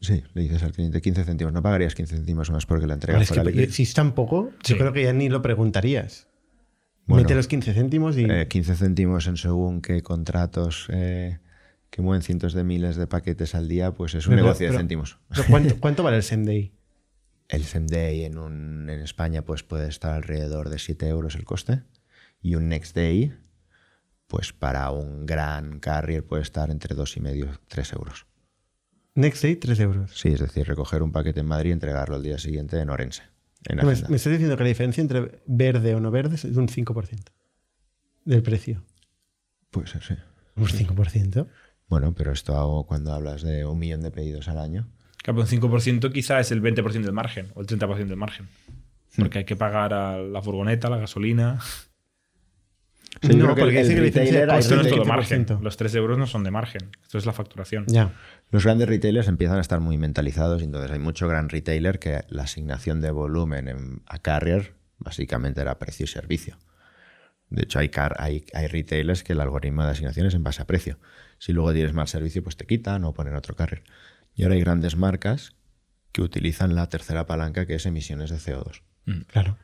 sí, le dices al cliente 15 céntimos, no pagarías 15 céntimos más porque la entrega Pero es fuera que eh, eléctrica. si es tan poco, Sí. yo creo que ya ni lo preguntarías. Bueno, Mete los 15 céntimos y. eh, 15 céntimos en según qué contratos eh, que mueven cientos de miles de paquetes al día, pues es un Pero- negocio de pero- céntimos. Pero ¿cuánto, cuánto vale el Senday? El Semday en, un, en España pues puede estar alrededor de 7 euros el coste. Y un Next Day, pues para un gran carrier puede estar entre 2,5 y 3 euros. Next Day, 3 euros. Sí, es decir, recoger un paquete en Madrid y entregarlo al día siguiente en Orense. en la Me, me agenda. estás diciendo que la diferencia entre verde o no verde es de un 5% del precio. Puede ser, sí. ¿Un 5%? Bueno, pero esto hago cuando hablas de un millón de pedidos al año. Claro, pero un 5% quizá es el 20% del margen o el 30% del margen. Porque hay que pagar a la furgoneta, la gasolina. Sí, yo no, creo que porque el- dice el que la diferencia de retailer hay coste Esto no es es todo del margen. 15%. Los 3 euros no son de margen. Esto es la facturación. Ya. Los grandes retailers empiezan a estar muy mentalizados y entonces hay mucho gran retailer que la asignación de volumen en- a carrier básicamente era precio y servicio. De hecho, hay, car- hay, hay retailers que el algoritmo de asignación es en base a precio. Si luego tienes mal servicio, pues te quitan o ponen otro carrier. Y ahora hay grandes marcas que utilizan la tercera palanca que es emisiones de CO2. Claro.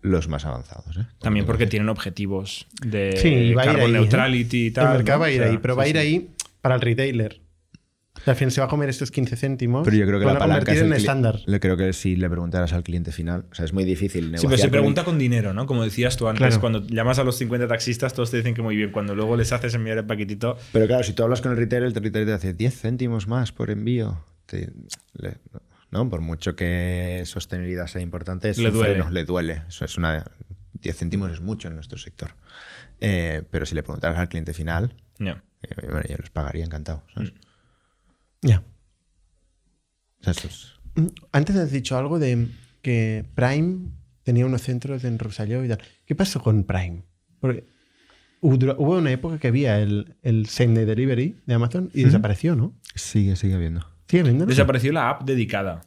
Los más avanzados. ¿eh? También porque tienen objetivos de Sí, va a ir carbon ahí, ¿eh? neutrality y tal. el mercado ¿no? va a ir O sea, ahí, pero sí, va a ir sí. ahí para el retailer. O sea, al fin se va a comer estos 15 céntimos. Pero yo creo que lo la van a palanca convertir es el en cli- estándar. Le creo que si le preguntaras al cliente final, o sea, es muy difícil negociar. Sí, pero se con pregunta con dinero, ¿no? Como decías tú antes, Claro. cuando llamas a los 50 taxistas, todos te dicen que muy bien. Cuando luego les haces enviar el paquetito, el- Pero claro, si tú hablas con el retailer, el retailer te hace 10 céntimos más por envío. Te- le- no, por mucho que sostenibilidad sea importante, es Le un duele. freno, le duele. Eso es una 10 céntimos es mucho en nuestro sector. Eh, pero si le preguntaras al cliente final, no. eh, bueno, yo les pagaría encantado. ¿sabes? Mm. Ya. O sea, eso es- Mm, Antes has dicho algo de que Prime tenía unos centros en Rosselló y tal. ¿Qué pasó con Prime? Porque hubo hubo una época que había el, el same day delivery de Amazon y desapareció, ¿no? sigue, sigue habiendo. Sigue vendiendo. Desapareció la app dedicada.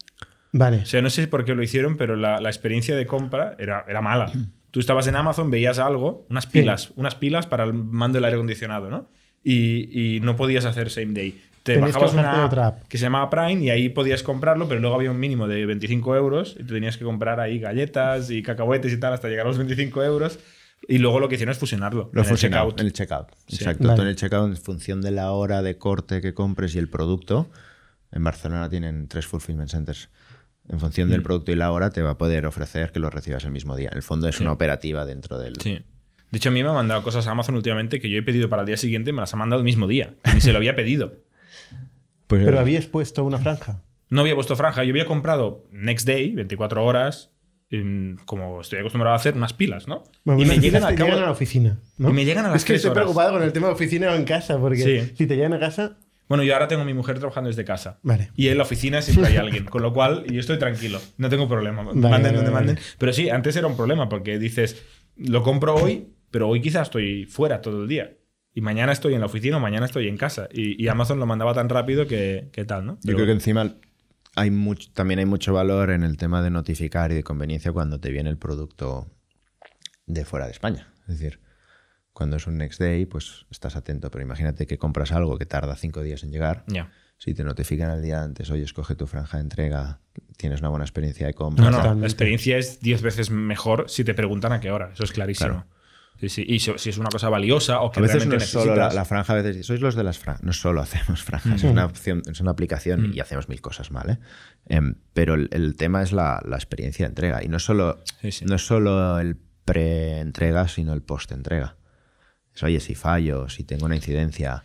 Vale. O sea, no sé por qué lo hicieron, pero la, la experiencia de compra era, era mala. Tú estabas en Amazon, veías algo, unas pilas, unas pilas para el mando del aire acondicionado, ¿no? Y, y no podías hacer same day. Te Tenías que bajabas bajarte una otra app. que se llamaba Prime y ahí podías comprarlo, pero luego había un mínimo de 25 euros y tú tenías que comprar ahí galletas y cacahuetes y tal hasta llegar a los 25 euros. Y luego lo que hicieron es fusionarlo. Lo en el fusionado, checkout. en el checkout. Sí. Exacto. Vale. Tú en el checkout, en función de la hora de corte que compres y el producto, en Barcelona tienen tres fulfillment centers. En función Mm. del producto y la hora, te va a poder ofrecer que lo recibas el mismo día. En el fondo es una operativa dentro del. Sí. De hecho, a mí me ha mandado cosas a Amazon últimamente que yo he pedido para el día siguiente y me las ha mandado el mismo día. Ni se lo había pedido. Pues, Pero eh, habías puesto una franja. No había puesto franja, yo había comprado next day, 24 horas, em, como estoy acostumbrado a hacer, unas pilas, ¿no? Bueno, y me unas llegan pilas al te cabo. llegan a la oficina. ¿no? y me llegan a las Es que tres estoy horas. preocupado con el tema de oficina o en casa, porque Sí. si te llegan a casa, Bueno, yo ahora tengo a mi mujer trabajando desde casa. Vale. Y en la oficina siempre hay alguien, con lo cual yo estoy tranquilo, no tengo problema. manden vale, donde vale. manden. Pero sí, antes era un problema porque dices, lo compro hoy, pero hoy quizás estoy fuera todo el día. Y mañana estoy en la oficina o mañana estoy en casa. Y, y Amazon lo mandaba tan rápido que, que tal, ¿no? Yo creo que encima hay mucho, también hay mucho valor en el tema de notificar y de conveniencia cuando te viene el producto de fuera de España. Es decir, cuando es un next day, pues estás atento. Pero imagínate que compras algo que tarda cinco días en llegar. Ya. Si te notifican al día antes, oye, escoge tu franja de entrega, tienes una buena experiencia de compra. No, no, tal. Totalmente. la experiencia es 10 veces mejor si te preguntan a qué hora, eso es clarísimo. Claro. Sí, sí, Y so- si es una cosa valiosa o que A veces no realmente es solo la, necesitas. Mm. la franja, a veces sois los de las franjas. No solo hacemos franjas, es una opción, es una aplicación y hacemos mil cosas mal, ¿eh? Em, pero el, el tema es la, la experiencia de entrega. Y no solo, Sí, sí. no es solo el pre-entrega, sino el post-entrega. Es, oye, si fallo, si tengo una incidencia.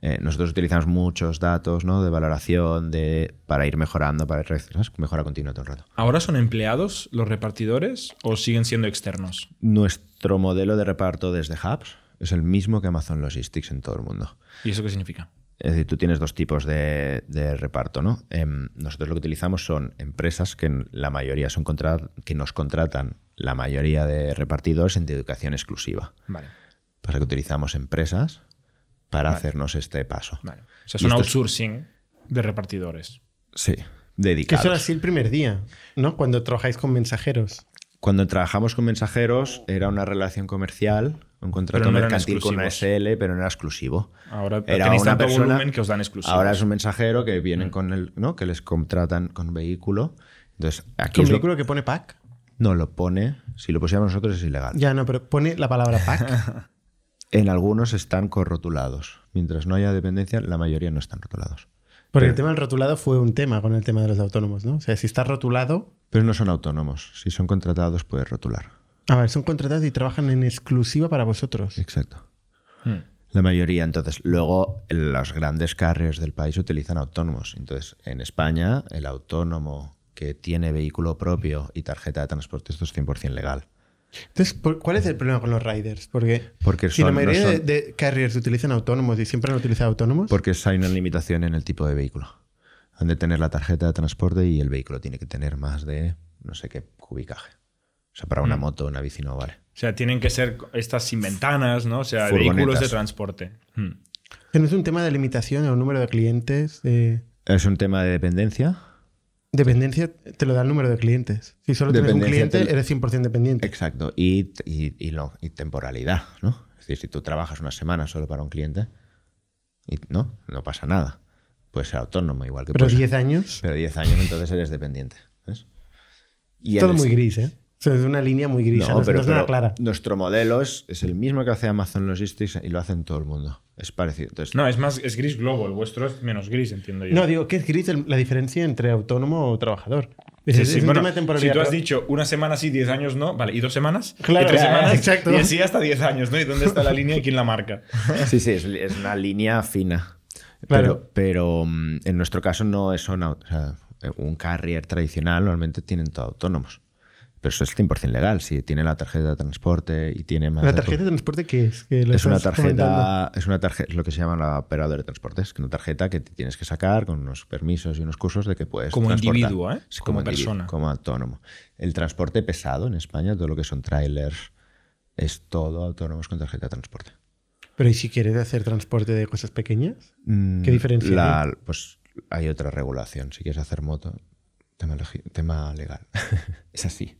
Eh, nosotros utilizamos muchos datos ¿no? de valoración de, para ir mejorando, para ir ¿sabes? mejora continua todo el rato. ¿Ahora son empleados los repartidores o siguen siendo externos? Nuestro modelo de reparto desde Hubs es el mismo que Amazon Logistics en todo el mundo. ¿Y eso qué significa? Es decir, tú tienes dos tipos de, de reparto, ¿no? Em, nosotros lo que utilizamos son empresas que en la mayoría son contra- que nos contratan la mayoría de repartidores en educación exclusiva. Vale. Para que utilizamos empresas para Vale. hacernos este paso. vale. O sea, Y es un esto es- outsourcing de repartidores. Sí, que eso era dedicados. así el primer día, ¿no? Cuando trabajáis con mensajeros. Cuando trabajamos con mensajeros era una relación comercial, un contrato Pero no eran mercantil con una exclusivos. SL, pero no era exclusivo. Ahora Era tenéis una tanto persona- volumen que os dan exclusivos. Mm. Ahora es un mensajero que vienen con el, ¿no? Que les contratan con vehículo. Entonces, aquí ¿Con es lo- vehículo que pone pack? no lo pone. Si lo pusiéramos nosotros es ilegal. Ya, no, pero pone la palabra pack. En algunos están corrotulados. Mientras no haya dependencia, la mayoría no están rotulados. Porque el Pero- tema del rotulado fue un tema con el tema de los autónomos, ¿no? O sea, si está rotulado. Pero no son autónomos. Si son contratados, puedes rotular. A ver, son contratados y trabajan en exclusiva para vosotros. Exacto. Hmm. La mayoría, entonces, luego los grandes carriers del país utilizan autónomos. Entonces, en España, el autónomo que tiene vehículo propio y tarjeta de transporte, esto es 100% legal. Entonces, ¿por- ¿cuál es el problema con los riders? Porque, Porque si la son- no mayoría de, son- de carriers utilizan autónomos y siempre han utilizado autónomos, Porque es- hay una limitación en el tipo de vehículo. Han de tener la tarjeta de transporte y el vehículo tiene que tener más de no sé qué cubicaje. O sea, para una Mm. moto, una bici no vale. O sea, tienen que ser estas sin ventanas, ¿no? O sea, Furgonetas. vehículos de transporte. Mm. que no es un tema de limitación o número de clientes, de Es un tema de dependencia. dependencia te lo da el número de clientes. Si solo tienes un Dependencia cliente, te- eres 100% dependiente. Exacto. Y, y- y lo- y temporalidad, ¿no? Es decir, si tú trabajas una semana solo para un cliente, y, ¿no? No pasa nada. Puedes ser autónomo igual que Pero puedes- 10 años, Pero 10 años, entonces eres dependiente. ¿ves? Y todo eres- muy gris, ¿eh? O sea, es una línea muy gris, no, es- no es nada clara. Nuestro modelo es, es el mismo que hace Amazon Logistics y lo hacen todo el mundo. Es parecido. Entonces, No, es más, es gris globo. El vuestro es menos gris, entiendo yo. No, digo, ¿qué es gris el- la diferencia entre autónomo o trabajador? Es, Sí, es sí, un bueno, tema de temporalidad. si tú has pero- dicho una semana sí, 10 años no, vale, y dos semanas, Claro, y tres ya, ya, semanas, exacto. y así hasta 10 años, ¿no? ¿Y dónde está la línea y quién la marca? sí, sí, es, es una línea fina. Claro. Pero, pero mm, en nuestro caso no es un, au- o sea, un carrier tradicional, normalmente tienen todo autónomos. Pero eso es 100% legal. Si tiene la tarjeta de transporte y tiene más. ¿La de- tarjeta de transporte qué es? Que lo es una estás comentando. tarjeta, es una tarjeta, es lo que se llama la operadora de transportes, que es una tarjeta que te tienes que sacar con unos permisos y unos cursos de que puedes Como transportar. individuo, ¿eh? Sí, Como individuo, persona. como autónomo. El transporte pesado en España, todo lo que son trailers, es todo autónomos con tarjeta de transporte. Pero ¿y si quieres hacer transporte de cosas pequeñas? Mm, ¿Qué diferencia hay? la- pues hay otra regulación. Si quieres hacer moto, tema, legi- tema legal. es así.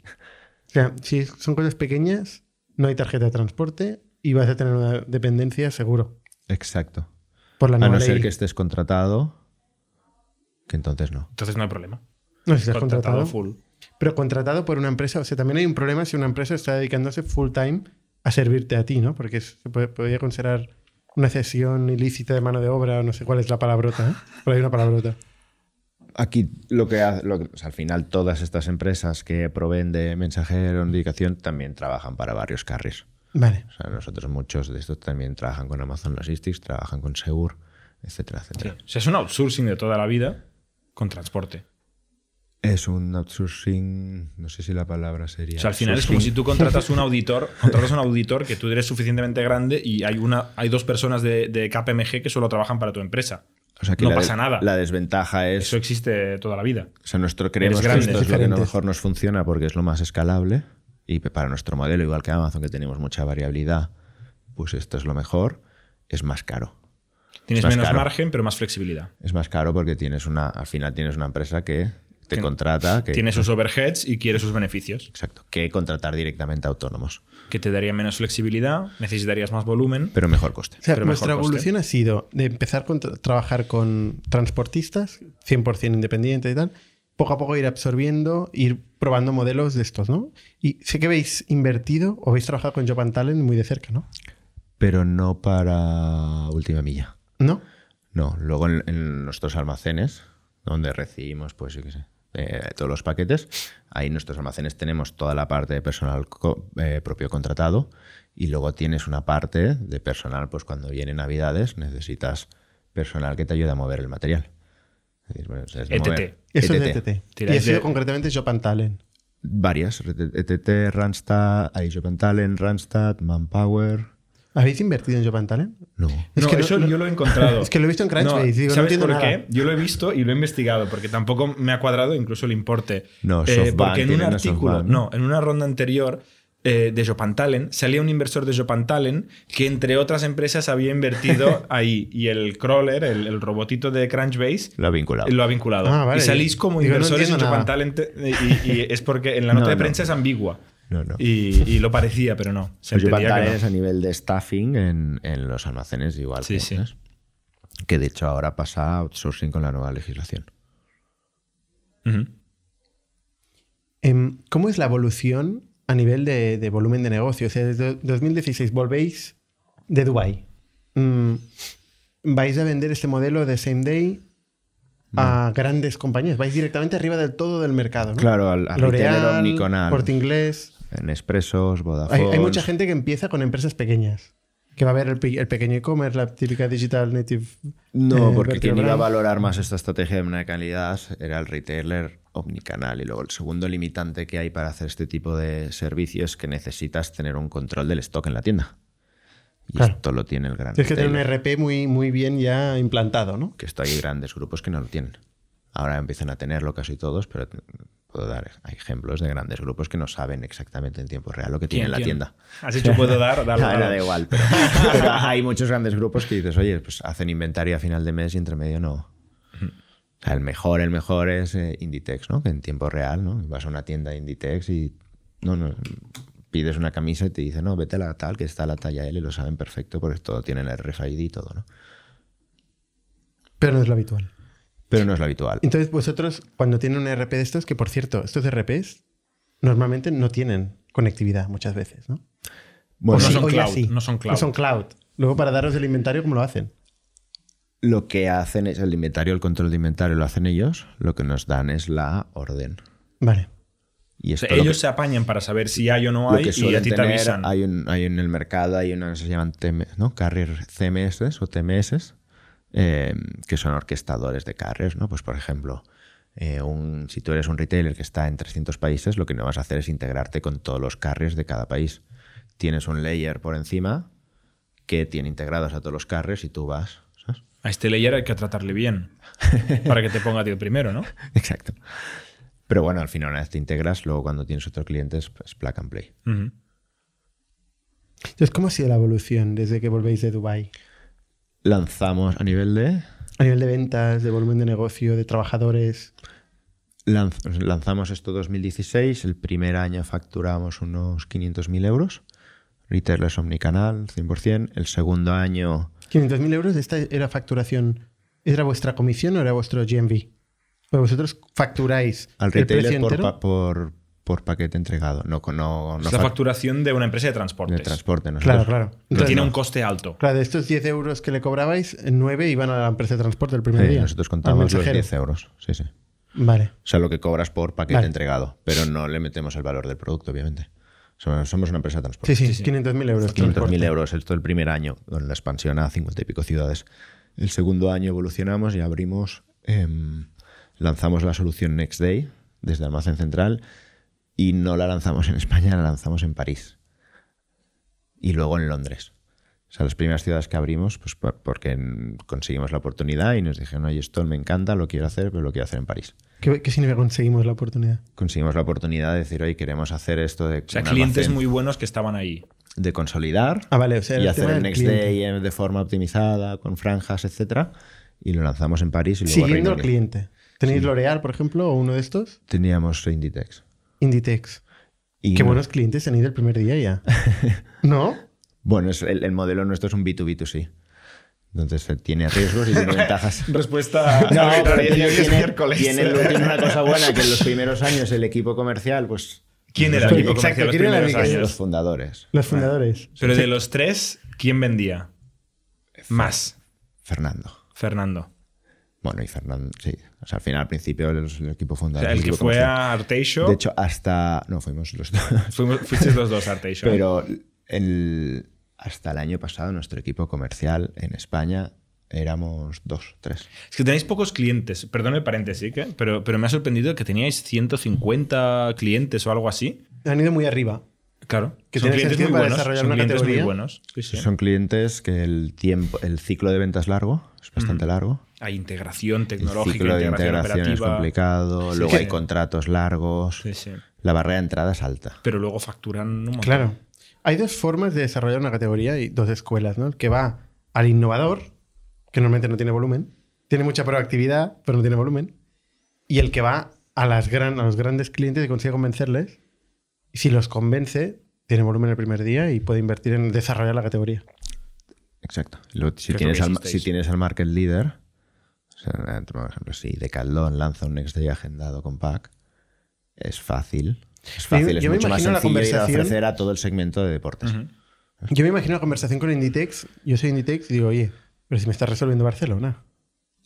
O sea, si es- son cosas pequeñas, no hay tarjeta de transporte y vas a tener una dependencia seguro. Exacto. Por la A nueva no ser ley. que estés contratado, que entonces no. Entonces no hay problema. No, si estás Contratado contratado. full. Pero contratado por una empresa. O sea, también hay un problema si una empresa está dedicándose full time a servirte a ti, ¿no? Porque es- se puede- podría considerar una cesión ilícita de mano de obra o no sé cuál es la palabrota. ¿eh? Pero hay una palabrota. Aquí lo que, ha- lo que- o sea, al final todas estas empresas que proveen de mensajero, indicación, también trabajan para varios carriers. Vale. O sea, nosotros muchos de estos también trabajan con Amazon Logistics, trabajan con Segur, etcétera, Sí. etcétera. O sea, es un outsourcing de toda la vida con transporte. Es un outsourcing, no sé si la palabra sería. O sea, al final es como si outsourcing. tú contratas un auditor, contratas un auditor que tú eres suficientemente grande y hay una, hay dos personas de, de KPMG que solo trabajan para tu empresa. O sea, que no la de- pasa nada. La desventaja es. Eso existe toda la vida. o sea, nosotros creemos Eres que grande. esto es lo que a lo Diferentes. mejor nos funciona porque es lo más escalable y para nuestro modelo, igual que Amazon, que tenemos mucha variabilidad, pues esto es lo mejor. Es más caro. Tienes más menos caro. margen, pero más flexibilidad. Es más caro porque tienes una, al final tienes una empresa que te Que- contrata, que, Tiene sus overheads y quiere sus beneficios. exacto, que contratar directamente a autónomos, Que te daría menos flexibilidad, necesitarías más volumen. pero mejor coste. O sea, Pero mejor nuestra coste. evolución ha sido de empezar con tra- trabajar con transportistas, 100% independiente y tal, poco a poco ir absorbiendo, ir probando modelos de estos, ¿no? Y sé que habéis invertido o habéis trabajado con Job Talent muy de cerca, ¿no? Pero no para última milla. ¿No? No, luego en, en nuestros almacenes, donde recibimos, pues yo qué sé, eh, todos los paquetes, ahí en nuestros almacenes tenemos toda la parte de personal co- eh, propio contratado y luego tienes una parte de personal, pues cuando vienen navidades necesitas personal que te ayude a mover el material. Es decir, bueno, o sea, es ETT. mover- E Eso es ETT. E de TT. Y E Tiráis ha sido de- concretamente Job Talent. Varias. ETT, Randstad, Aisho Pantalen, Randstad, Manpower. ¿Habéis invertido en Job Talent? No. Es no, que no- eso no- yo lo he encontrado. Es que lo he visto en Crunchbase, digo, no ¿sabes entiendo nada. por qué? Yo lo he visto y lo he investigado, porque tampoco me ha cuadrado incluso el importe. Eh, No, SoftBank, porque en un tienen a artículo, SoftBank, no, ¿no? en una ronda anterior eh, de Jopantalen, salía un inversor de Jopantalen que, entre otras empresas, había invertido ahí. Y el crawler, el, el robotito de Crunchbase, Lo ha vinculado. lo ha vinculado. Ah, vale. Y salís como Digo, no inversores en entiendo nada. Jopantalen y, y es porque en la nota No, de no. prensa es ambigua. No, no. Y, y lo parecía, pero no. Se Oye, entendía que Pantalen no. es a nivel de staffing en, en los almacenes igual. Sí, que, sí. ¿sabes? Que de hecho ahora pasa a outsourcing con la nueva legislación. Ujú. Em, ¿Cómo es la evolución a nivel de, de volumen de negocio? O sea, desde 2016 volvéis de Dubai. Mm, ¿Vais a vender este modelo de same day a grandes compañías? ¿Vais directamente arriba del todo del mercado? ¿no? Mm. Claro, al, al retailer L'Oreal, omnicanal. Corte Inglés. En Expresos, Hay, Vodafone. hay mucha gente que empieza con empresas pequeñas. que va a haber el, pe- el pequeño e-commerce, la típica digital native. No, eh, porque quien iba a vertebral. valorar más esta estrategia de omnicanalidad era el retailer omnicanal. Y luego el segundo limitante que hay para hacer este tipo de servicios es que necesitas tener un control del stock en la tienda. Y Claro. esto lo tiene el gran Tienes que tener un retailer, RP muy, muy bien ya implantado, ¿no? que esto hay grandes grupos que no lo tienen. Ahora empiezan a tenerlo casi todos, pero te- puedo dar ejemplos de grandes grupos que no saben exactamente en tiempo real lo que tiene en la ¿Quién? tienda. Has hecho puedo dar, dale, No, no, dale. da igual, pero, pero hay muchos grandes grupos que dices, oye, pues hacen inventario a final de mes y entre medio no. O sea, el mejor, el mejor es eh, Inditex, ¿no? Que en tiempo real, ¿no? Vas a una tienda de Inditex y no, no, pides una camisa y te dicen, no, vete a la tal, que está la talla L, y lo saben perfecto porque todo tienen el RFID y todo, ¿no? Pero no es lo habitual. Pero no es lo habitual. Entonces, vosotros, cuando tienen un RP de estos, que por cierto, estos E RPs normalmente no tienen conectividad muchas veces, ¿no? Bueno, O no sí, son o ya cloud, sí. no son cloud. No son cloud. Luego, para daros el inventario, ¿cómo lo hacen? lo que hacen es el inventario, el control de inventario lo hacen ellos, lo que nos dan es la orden. Vale. Y O sea, esto lo que- ellos se apañan para saber si hay o lo no hay que y a suelen ti te tener, avisan. Hay, un- hay en el mercado, hay unos que se llaman TM ¿no? carrier CMS o TMS, eh, que son orquestadores de carriers, ¿no? Pues por ejemplo, eh, un, si tú eres un retailer que está en 300 países, lo que no vas a hacer es integrarte con todos los carriers de cada país. Tienes un layer por encima que tiene integrados a todos los carriers y tú vas, ¿sabes? A este layer hay que tratarle bien para que te ponga a ti el primero, ¿no? Exacto. Pero bueno, al final una vez te integras, luego cuando tienes otro cliente es, es plug and play. Ujú. Entonces, ¿cómo ha sido la evolución desde que volvéis de Dubai Lanzamos a nivel de... A nivel de ventas, de volumen de negocio, de trabajadores. Lanz- lanzamos esto 2016, el primer año facturamos unos 500.000 euros, retailers omnicanal, 100%, el segundo año 500.000 euros, esta era facturación. ¿Era vuestra comisión o era vuestro GMV? Pues vosotros facturáis al el retailer precio por, entero. pa- por, por paquete entregado, no, con- no, no es la fac- facturación de una empresa de transportes. de transporte. Claro, nosotros- claro. que Entonces, tiene no. un coste alto. Claro, de estos 10 euros que le cobrabais, 9 iban a la Ah, empresa de transporte el primer Sí, día. nosotros al contamos los mensajero. 10 euros, sí, sí. Vale. O sea, lo que cobras por paquete Vale. entregado, pero no le metemos el valor del producto, obviamente. Somos, somos una empresa de transporte. Sí, sí, 500.000 euros. 500.000 euros, esto el primer año, con la expansión a 50 y pico ciudades. El segundo año evolucionamos y abrimos, em, lanzamos la solución Next Day desde Almacén Central y no la lanzamos en España, la lanzamos en París y luego en Londres. O sea, las primeras ciudades que abrimos, pues por- porque en- conseguimos la oportunidad y nos dijeron, oye, esto me encanta, lo quiero hacer, pero lo quiero hacer en París. ¿Qué, ¿Qué significa conseguimos la oportunidad? Conseguimos la oportunidad de decir, oye, queremos hacer esto de, O sea, un clientes almacén, muy buenos que estaban ahí. de consolidar Ah, vale, o sea, y el hacer tema el del next cliente. day eh, de forma optimizada, con franjas, etcétera. Y lo lanzamos en París y luego a Siguiendo Reino al Unido. cliente. ¿Tenéis L'Oreal, por ejemplo, o uno de estos? Teníamos Inditex. Inditex. Y Qué no- buenos clientes tenéis el primer día ya. ¿No? Bueno, es el, el modelo nuestro es un B2B2C. Entonces eh, tiene riesgos y tiene ventajas. Respuesta tiene, tiene- tiene una cosa buena que en los primeros años el equipo comercial, pues. ¿Quién era Exacto, el equipo comercial los ¿quién era el primeros equipo? Los años? fundadores. Los fundadores. Pero de los tres, ¿quién vendía? Más. Fernando. Fernando. Bueno, y Fernando, sí. O sea, al final, al principio, los- el equipo O fundador. sea, el que equipo fue comercial. a Arteixo. De hecho, hasta. No, fuimos los dos. fuimos- fuisteis los dos a Arteixo. ¿eh? Pero el- hasta el año pasado nuestro equipo comercial en España éramos dos, tres. Es que tenéis pocos clientes, perdón el paréntesis, ¿eh? pero, pero me ha sorprendido que teníais 150 clientes o algo así. Han ido muy arriba. Claro, Que son tienes clientes sentido muy para buenos. desarrollar Son una clientes muy categoría. buenos. Sí, sí. Son clientes que el tiempo, el ciclo de venta es largo, es bastante largo. Hay integración El tecnológica, ciclo de integración integración es operativa. complicado, Sí, luego sí. hay contratos largos, Sí, sí. la barrera de entrada es alta. Pero luego facturan un montón. Claro. Hay dos formas de desarrollar una categoría y dos escuelas, ¿no? El que va al innovador, que normalmente no tiene volumen, tiene mucha proactividad, pero no tiene volumen, y el que va a, las gran, a los grandes clientes y consigue convencerles, y si los convence, tiene volumen el primer día y puede invertir en desarrollar la categoría. Exacto. Y luego, si, lo tienes que al, hicisteis. si tienes al market leader, o sea, por ejemplo, si Decathlon lanza un next day agendado con pack, es fácil. Es fácil, Yo- es yo me mucho más imagino la sencillo ir a conversación- ofrecer a todo el segmento de deportes. Ujú. Yo me imagino la conversación con Inditex, yo soy Inditex y digo, oye, pero si me está resolviendo Barcelona.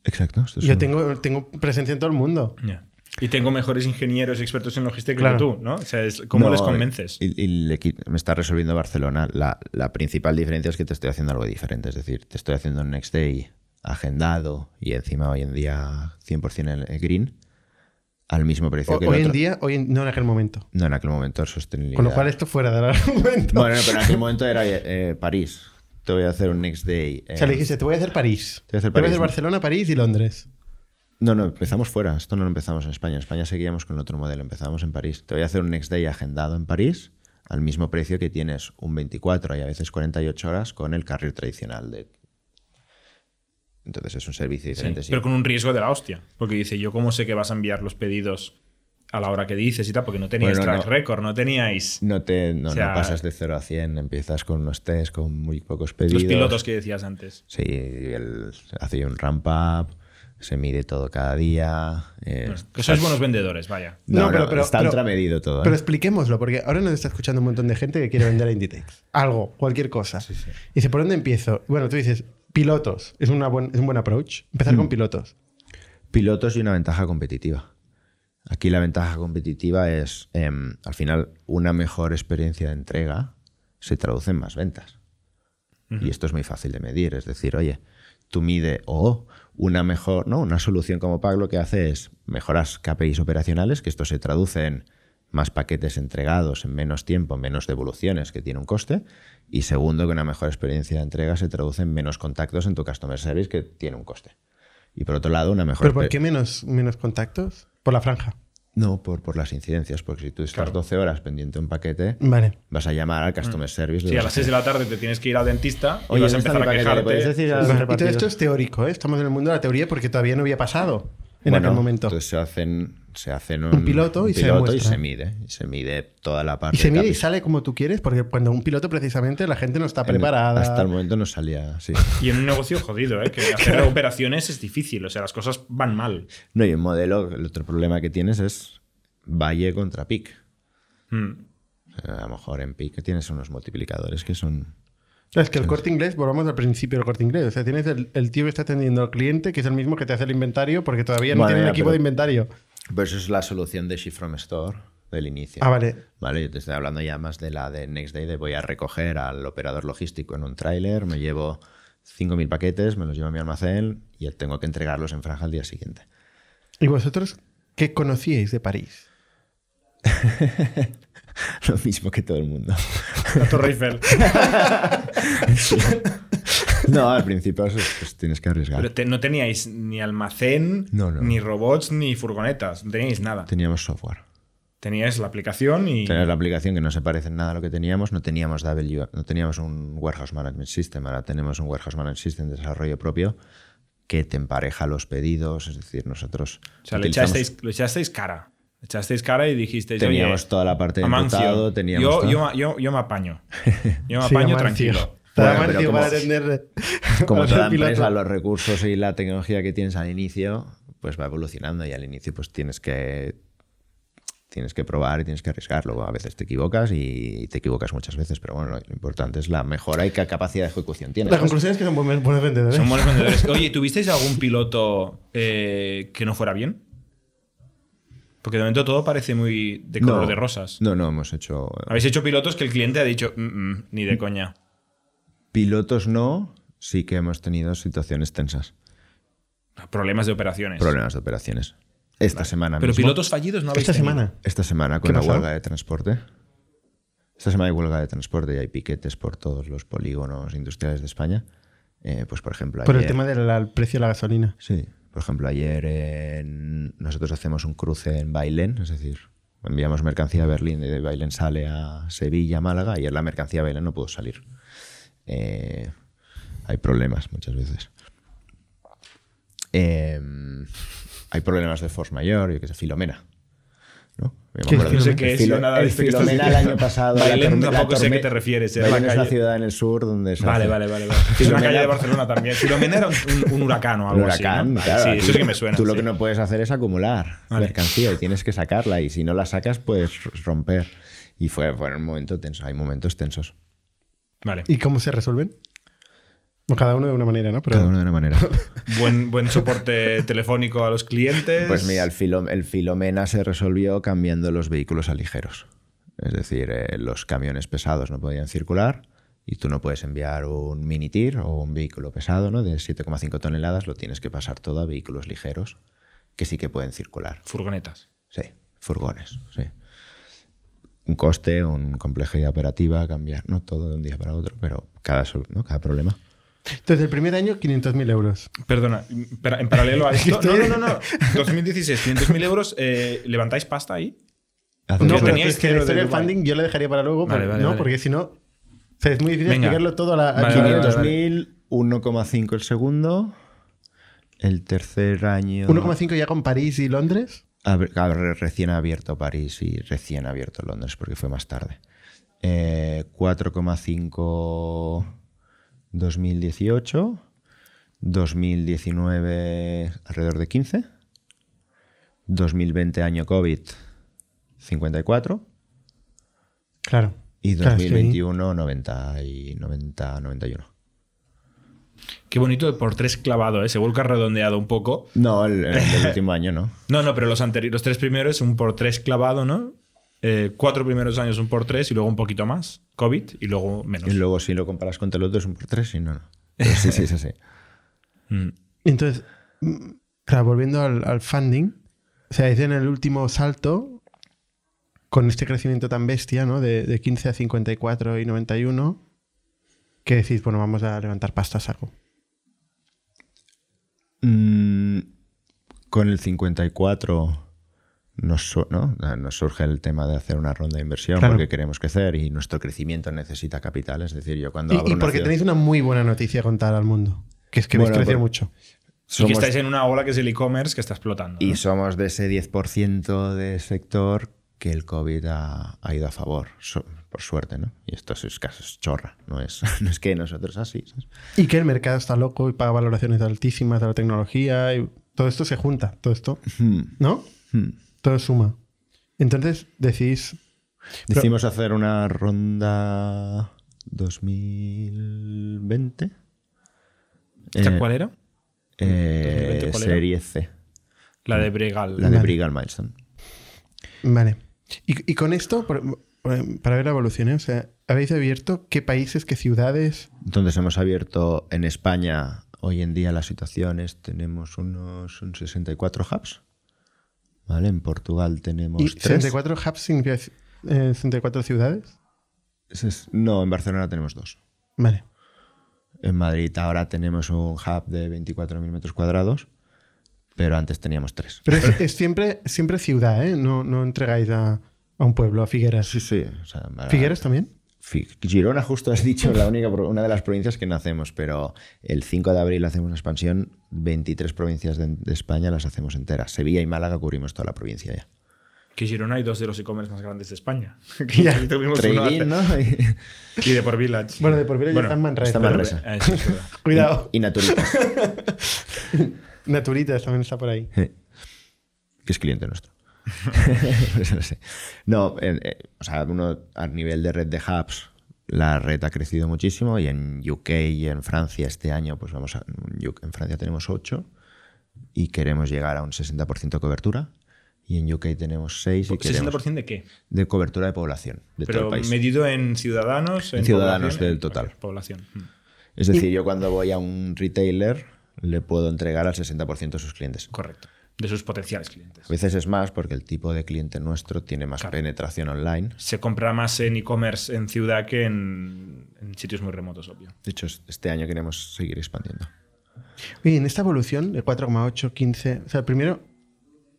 Exacto. esto es Yo un- tengo, tengo presencia en todo el mundo. Ya. Y tengo mejores ingenieros y expertos en logística Claro. que tú, ¿no? O sea, es- ¿cómo No, les convences? Y, y le qui- me está resolviendo Barcelona. La, la principal diferencia es que te estoy haciendo algo diferente. Es decir, te estoy haciendo un next day agendado y encima hoy en día 100% el- el green al mismo precio O- que el hoy en otro. día, hoy en- no en aquel momento. No, en aquel momento es sostenibilidad. Con lo cual esto fuera del argumento. Bueno, no, pero en aquel momento era eh, eh, París. Te voy a hacer un next day. eh, o sea, le dijiste, te voy a hacer París. Te voy a hacer París, ¿no? Barcelona, París y Londres. No, no, empezamos fuera. Esto no lo empezamos en España. En España seguíamos con otro modelo. Empezamos en París. Te voy a hacer un next day agendado en París al mismo precio que tienes un 24 y a veces 48 horas con el carril tradicional de... Entonces es un servicio Sí, diferente. sí. Pero con un riesgo de la hostia. Porque dice, yo cómo sé que vas a enviar los pedidos a la hora que dices y tal, porque no teníais Bueno, track no. record, no teníais No, te, no, O sea, no pasas de 0 a 100, empiezas con unos test, con muy pocos pedidos. los pilotos que decías antes. Sí, el- hace un ramp up, se mide todo cada día. eh, Bueno, que sois buenos vendedores, vaya. No, No, pero- no, pero- está pero- ultramedido todo. ¿eh? Pero expliquémoslo, porque ahora nos está escuchando un montón de gente que quiere vender a Inditex. Algo, cualquier cosa. Y dice, ¿por dónde empiezo? Bueno, tú dices, pilotos. Es, una buen, es un buen approach. Empezar Mm. con pilotos. pilotos y una ventaja competitiva. Aquí la ventaja competitiva es, em, al final, una mejor experiencia de entrega se traduce en más ventas. Y esto es muy fácil de medir. Es decir, oye, tú mide o una mejor, no, una solución como Pack lo que hace es mejoras KPIs operacionales, que esto se traduce en más paquetes entregados en menos tiempo, menos devoluciones, que tiene un coste. Y segundo, que una mejor experiencia de entrega se traduce en menos contactos en tu customer service, que tiene un coste. Y por otro lado, una mejor ¿Pero por exper- qué menos, menos contactos? Por la franja. no, por, por las incidencias, porque si tú estás 12 horas pendiente de un paquete, Vale. vas a llamar al Mm. customer service. le Si a vas las 6 de la tarde te tienes que ir al dentista y Oye, vas ¿dónde está a empezar a mi paquete? ¿Le puedes quejarte. decir a- Vale, Y todo repartidos. esto es teórico, ¿eh? Estamos en el mundo de la teoría porque todavía no había pasado en Bueno, aquel momento. Entonces se hacen, se hacen un, Un piloto y se piloto demuestra. mide. Y se mide toda la Y parte. se de mide y capi- sale como tú quieres, porque cuando un piloto precisamente la gente no está en- preparada. Hasta el momento no salía así. Y en un negocio jodido, ¿eh? que hacer operaciones es difícil, o sea, las cosas van mal. No, y un modelo, el otro problema que tienes es valle contra pic. Mm. A lo mejor en pic tienes unos multiplicadores que son. Es que el corte inglés, volvamos al principio del corte inglés. O sea, tienes el, el tío que está atendiendo al cliente, que es el mismo que te hace el inventario, porque todavía no Madre tiene un mía, equipo pero- de inventario. Pues eso es la solución de Shift from Store del inicio. Ah, vale. Vale, yo te estoy hablando ya más de la de Next Day, de voy a recoger al operador logístico en un tráiler, me llevo 5.000 paquetes, me los llevo a mi almacén y tengo que entregarlos en franja al día siguiente. ¿Y vosotros qué conocíais de París? Lo mismo que todo el mundo. La Torre Eiffel. No, al principio eso es- pues tienes que arriesgar. Pero te- no teníais ni almacén, No, no. ni robots, ni furgonetas. No teníais nada. Teníamos software. Teníais la aplicación y. Teníamos la aplicación que no se parece en nada a lo que teníamos, no teníamos W, no teníamos un Warehouse Management System, ahora tenemos un Warehouse Management System de desarrollo propio que te empareja los pedidos, es decir, nosotros O sea, le utilizamos- echasteis, le echasteis cara. Le echasteis cara y dijisteis. teníamos Oye, toda la parte de Amancio, enrutado, teníamos yo, todo. yo, yo, yo me apaño. Yo me Sí, apaño Amancio. tranquilo. Está Bueno, Amancio pero como- para atender. como al toda piloto. empresa, los recursos y la tecnología que tienes al inicio, pues va evolucionando y al inicio pues tienes que tienes que probar y tienes que arriesgarlo. A veces te equivocas y te equivocas muchas veces, pero bueno, lo importante es la mejora y qué capacidad de ejecución tienes. La conclusión es que son buenos, buenos vendedores. Son buenos vendedores. Oye, ¿tuvisteis algún piloto eh, que no fuera bien? Porque de momento todo parece muy de color No. de rosas. No, no, hemos hecho Habéis hecho pilotos que el cliente ha dicho, "Mm, mm, ni de coña. pilotos no, sí que hemos tenido situaciones tensas, Problemas de operaciones. problemas de operaciones. Esta semana Pero mismo- pilotos fallidos no habéis Esta tenido. semana. Esta semana ¿Qué con la pasó? huelga de transporte. Esta semana hay huelga de transporte y hay piquetes por todos los polígonos industriales de España. Eh, pues por ejemplo Por el ayer- tema del al- precio de la gasolina. Sí, por ejemplo ayer en- nosotros hacemos un cruce en Bailén, es decir, enviamos mercancía a Berlín y de Bailén sale a Sevilla, Málaga. Ayer la mercancía a Bailén no pudo salir. Eh, hay problemas muchas veces. Eh, hay problemas de force mayor, yo que sé, Filomena. ¿no? Me ¿Qué acuerdo es No sé que- qué es, Filo- nada de el esto que estás Filomena el diciendo. año pasado. la Bailén torme- la tampoco sé a qué torme- te refieres. era la Bailén es la calle- ciudad en el sur donde se Vale, hace- vale, vale. vale. Es una Filomena- calle de Barcelona también. Filomena era un, un- un huracán o algo así. huracán, ¿no? claro, sí, aquí eso sí que me suena. Tú lo sí. que no puedes hacer es acumular Vale. mercancía y tienes que sacarla y si no la sacas puedes romper. Y fue, fue un momento tenso, hay momentos tensos. Vale. ¿Y cómo se resuelven? Cada uno de una manera, ¿no? Pero Cada uno de una manera. Buen, buen soporte telefónico a los clientes. Pues mira, el, filo- el Filomena se resolvió cambiando los vehículos a ligeros. Es decir, eh, los camiones pesados no podían circular y tú no puedes enviar un mini tir o un vehículo pesado ¿no? de 7,5 toneladas, lo tienes que pasar todo a vehículos ligeros que sí que pueden circular. Furgonetas. Sí, furgones, sí. Un coste, una complejidad operativa, cambiar, no todo de un día para otro, pero cada, sol- ¿no? cada problema. Entonces, el primer año, 500.000 euros. Perdona, para- en paralelo a esto. No, no, no. no. 2016, 500.000 euros. eh, ¿Levantáis pasta ahí? Hace No, un- pero teníais es que cero la de historia del Dubái. funding yo la dejaría para luego, Vale, pero- vale, ¿no? vale. porque si no, o sea, es muy difícil Venga. explicarlo todo a la... a Vale, vale, vale, 500.000. vale. 500.000, 1,5 el segundo, el tercer año... 1,5 ya con París y Londres. Abre- abre- recién abierto París y recién abierto Londres, porque fue más tarde. Eh, 4,5 2018, 2019 alrededor de 15, 2020 año COVID 54 Claro. y Claro, es que ahí- 2021 90 y 90 91. Qué bonito de por tres clavado, ¿eh? Seguro que has redondeado un poco. No, el, el del último año no. No, no, pero los anteriores, los tres primeros, un por tres clavado, ¿no? Eh, cuatro primeros años un por tres y luego un poquito más, COVID, y luego menos. Y luego si lo comparas con el otro es un por tres y no, no. Pero sí, sí, es así. Mm. Entonces, mm, claro, volviendo al, al funding, o sea, es en el último salto, con este crecimiento tan bestia, ¿no? De, de 15 a 54 y 91, que decís, bueno, vamos a levantar pasta a saco. Mm, con el 54 nos, su- ¿no? Ah, nos surge el tema de hacer una ronda de inversión Claro. porque queremos crecer y nuestro crecimiento necesita capital. Es decir, yo cuando Y, abro y una porque ciudad- tenéis una muy buena noticia a contar al mundo, que es que Bueno, habéis crecido por- mucho. Y que somos- estáis en una ola que es el e-commerce que está explotando. ¿no? y somos de ese 10% de sector que el COVID ha, ha ido a favor, so- por suerte, ¿no? Y esto es caso es chorra, no es, no es que nosotros así. ¿sabes? Y que el mercado está loco y paga valoraciones altísimas de la tecnología y todo esto se junta, todo esto, Hmm, ¿no? hmm. Todo suma. Entonces decís, Pero- Decimos hacer una ronda 2020. ¿Esta Eh, ¿Cuál era? Eh, 2020, ¿cuál era? serie C, La de Bregal. la de Vale. Brigal Milestone. Vale. Y, y con esto, por- por- para ver la evolución, ¿eh? o sea, habéis abierto qué países, qué ciudades. Entonces hemos abierto en España, hoy en día la situación es, tenemos unos un 64 hubs, ¿vale? En Portugal tenemos... Y tres. 64 hubs significa eh, 64 ciudades. Es- No, en Barcelona tenemos dos. Vale. En Madrid ahora tenemos un hub de 24.000 metros cuadrados, pero antes teníamos tres. Pero es, es siempre, siempre ciudad, ¿eh? No, no entregáis a, a un pueblo, a Figueras. Sí, sí. o sea, ahora- ¿Figueras también? Fi- Girona, justo has dicho, la única, pro- una de las provincias que no hacemos, pero el 5 de abril hacemos una expansión, 23 provincias de, de España las hacemos enteras. Sevilla y Málaga cubrimos toda la provincia ya. Que Girona hay dos de los e-commerce más grandes de España. Ya. Y tuvimos uno hace- Trading, ¿no? Y, Y de por Village. Bueno, de por vida ya están Manresa. está ¿no? Manresa. Ah, eso es verdad. Cuidado. y Naturitas, Naturitas también está por ahí. que es cliente nuestro. Por eso no, sé. No, en- eh, o sea, uno a nivel de red de hubs, la red ha crecido muchísimo y en UK y en Francia este año, pues vamos a, en UK en Francia tenemos 8 y queremos llegar a un 60% de cobertura y en UK tenemos 6 y queremos 60% de qué? de cobertura de población de todo Pero el país. medido en ciudadanos. En ciudadanos población, del en- total. ok, población. Mm, Es decir, yo cuando voy a un retailer le puedo entregar al 60% de sus clientes. Correcto. De sus potenciales clientes. A veces es más porque el tipo de cliente nuestro tiene más Claro. penetración online. Se compra más en e-commerce en ciudad que en, en sitios muy remotos, obvio. De hecho, es- este año queremos seguir expandiendo. Oye, en esta evolución de 4,8, 15. O sea, primero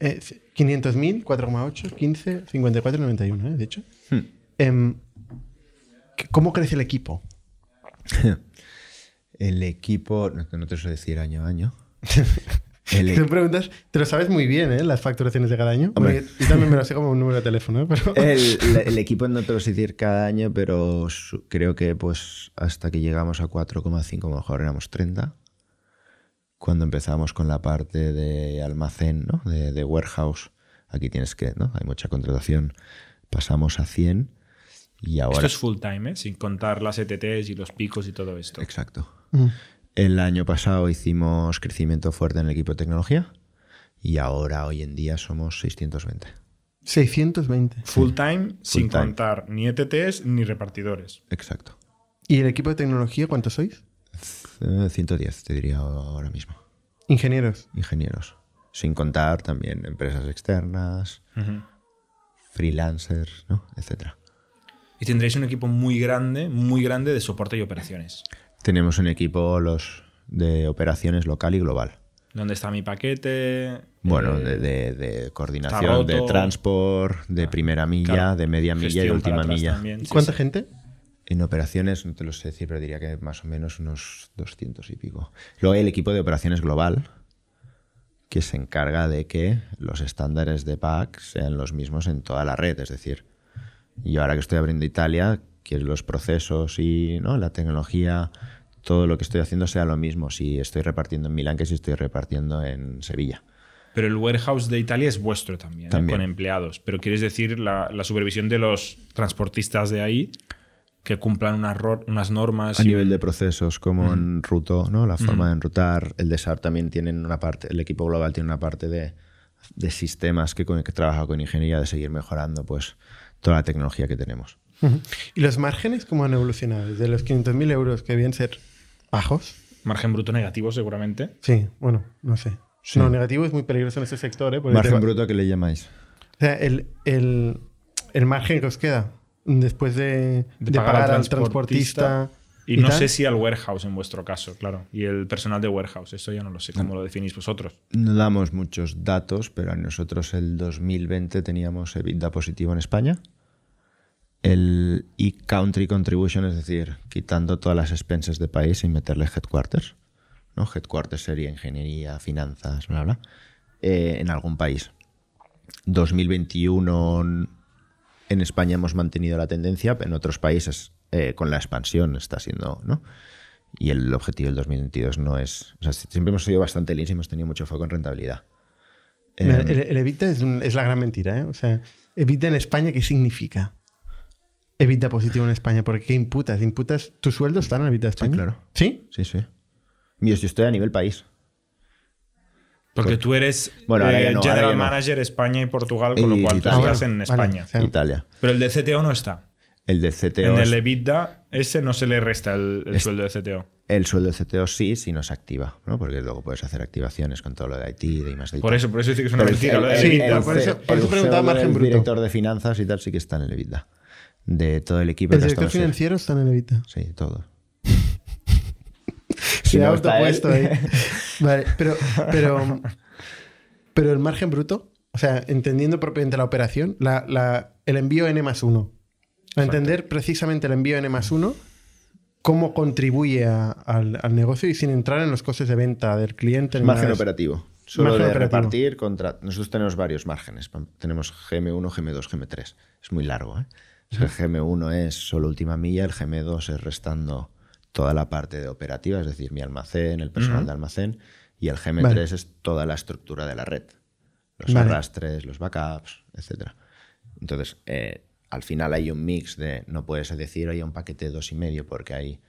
eh, 500.000, 4,8, 15, 54, 91, ¿eh? De hecho. Em, ¿Cómo crece el equipo? El equipo, no, no te suelo decir año a año. El Te e- equipo. preguntas, te lo sabes muy bien, ¿eh? Las facturaciones de cada año. Hombre. Porque Yo también me lo sé como un número de teléfono, ¿eh? pero El, el equipo no te lo sé decir cada año, pero su- creo que pues hasta que llegamos a 4,5 a lo mejor éramos 30. Cuando empezamos con la parte de almacén, ¿no? de, de warehouse, aquí tienes que, ¿no? hay mucha contratación, pasamos a 100 y ahora... E Esto es full time, ¿eh? sin contar las ETTs y los picos y todo esto. Exacto. Mm. El año pasado hicimos crecimiento fuerte en el equipo de tecnología y ahora, hoy en día, somos 620. 620. Full time, sin mm, time. contar ni ETTs ni repartidores. Exacto. ¿Y el equipo de tecnología cuántos sois? Eh, 110, te diría ahora mismo. Ingenieros. Ingenieros. Sin contar también empresas externas, Ujú. freelancers, ¿no? etcétera. Y tendréis un equipo muy grande, muy grande de soporte y operaciones. Tenemos un equipo los de operaciones local y global. ¿Dónde está mi paquete? Bueno, Eh, de, de- de está coordinación, roto. Ah, de transport, de primera milla, claro, de media milla y de gestión para última atrás milla. también, sí, ¿Cuánta sí. gente? En operaciones, no te lo sé decir, pero diría que más o menos unos 200 y pico. Luego hay el equipo de operaciones global, que se encarga de que los estándares de PAC sean los mismos en toda la red. Es decir, yo ahora que estoy abriendo Italia, quiero los procesos y ¿no? la tecnología, todo lo que estoy haciendo sea lo mismo si estoy repartiendo en Milán que si estoy repartiendo en Sevilla. Pero el warehouse de Italia es vuestro también, ¿eh? También. con empleados. Pero quieres decir la, la supervisión de los transportistas de ahí que cumplan unas, ro- unas normas. A y- nivel de procesos, como en ruto, ¿no? La forma de enrutar, el de SAP también tienen una parte, el equipo global tiene una parte de, de sistemas que, con- que trabaja con ingeniería de seguir mejorando pues toda la tecnología que tenemos. Ujú. ¿Y los márgenes cómo han evolucionado? Desde los 500.000 euros que debían ser bajos. Margen bruto negativo, seguramente. Sí, bueno, no sé. No, negativo es muy peligroso en ese sector. ¿eh? Porque te Margen va- bruto que le llamáis. O sea, el, el- el margen que os queda después de, de pagar pagar, al al transportista. Y, no tal. sé si al warehouse en vuestro caso, claro. Y el personal de warehouse, eso ya no lo sé cómo lo definís vosotros. No damos muchos datos, pero nosotros el 2020 teníamos EBITDA positivo en España. El e-country contribution, es decir, quitando todas las expenses de país sin meterle headquarters. ¿no? Headquarters sería ingeniería, finanzas, bla, bla, eh, en algún país. 2021 en España hemos mantenido la tendencia, en otros países eh, con la expansión está siendo, ¿no? Y el objetivo del 2022 no es. O sea, si- siempre hemos sido bastante lean y hemos tenido mucho foco en rentabilidad. Mira, Eh, el, el Evita es, un- es la gran mentira, ¿eh? O sea, Evita en España, ¿qué significa? Evita positivo en España, porque ¿qué imputas? ¿Imputas tu sueldo está en Evita de España? Ah, claro. ¿Sí? Sí, sí. Mira, yo estoy a nivel país. Porque tú eres eh, Bueno, ahora ya no, ahora General ya no. Manager España y Portugal, con Y lo cual tú Italia. estás Ah, bueno, en vale. España. Claro. Italia. Pero el de CTO no está. El de CTO. En es- el E EBITDA, ese no se le resta el, el Es- sueldo de CTO. el sueldo de CTO sí, si no se activa, ¿no? Porque luego puedes hacer activaciones con todo lo de IT y demás. Por eso, por eso dice que es una mentira lo de el- EBITDA. el- por eso- por eso preguntaba margen El bruto. director de finanzas y tal sí que está en el EBITDA. De todo el equipo. El que director estamos en- financiero está en el Evita. Sí, todo. Se no ha está autopuesto ¿eh? él. ahí. Vale, pero, pero, pero el margen bruto, o sea, entendiendo propiamente la operación, la, la- el envío N más 1. A entender precisamente el envío N más 1, cómo contribuye a- al, al negocio y sin entrar en los costes de venta del cliente. ni Margen nada de eso. operativo. Solo Margen de operativo. repartir contra. Nosotros tenemos varios márgenes. Pam, Tenemos GM1, GM2, GM3. Es muy largo. ¿eh? O sea, el GM1 es solo última milla, el GM2 es restando toda la parte de operativa, es decir, mi almacén, el personal de almacén, y el GM3 Vale. es toda la estructura de la red. Los Vale. arrastres, los backups, etc. Entonces, eh, al final hay un mix de, no puedes decir, hay un paquete de dos y medio, porque hay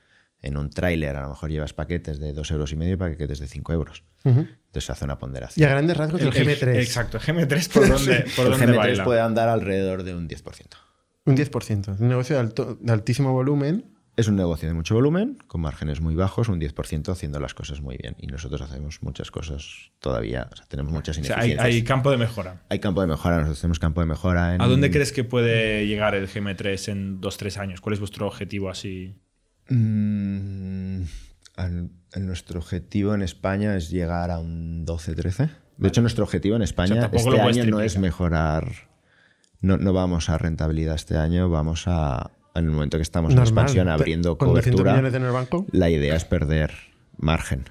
en un tráiler a lo mejor llevas paquetes de dos euros y medio y paquetes de cinco euros. Ujú. Entonces se hace Y una a ponderación. grandes rasgos el, GM3. Exacto, GM3 por dónde, por el dónde GM3 baila. puede andar alrededor de un 10%. Un 10%. Un negocio de, alto- de altísimo volumen. Es un negocio de mucho volumen, con márgenes muy bajos, un 10% haciendo las cosas muy bien. Y nosotros hacemos muchas cosas todavía, o sea, tenemos muchas O sea, hay, ineficiencias. hay hay, campo de mejora. campo de mejora, nosotros tenemos campo de mejora. En, ¿A dónde crees que puede llegar el GM3 en 2-3 años? ¿Cuál es vuestro objetivo así? Mm, al- al- nuestro objetivo en España es llegar a un 12-13. De hecho, nuestro objetivo en España O sea, este tampoco lo año puedes no es triplicar. mejorar. No, no vamos a rentabilidad este año, vamos a. En el momento que estamos en normal. expansión, abriendo Con 200 cobertura. millones en el banco. La idea es perder margen.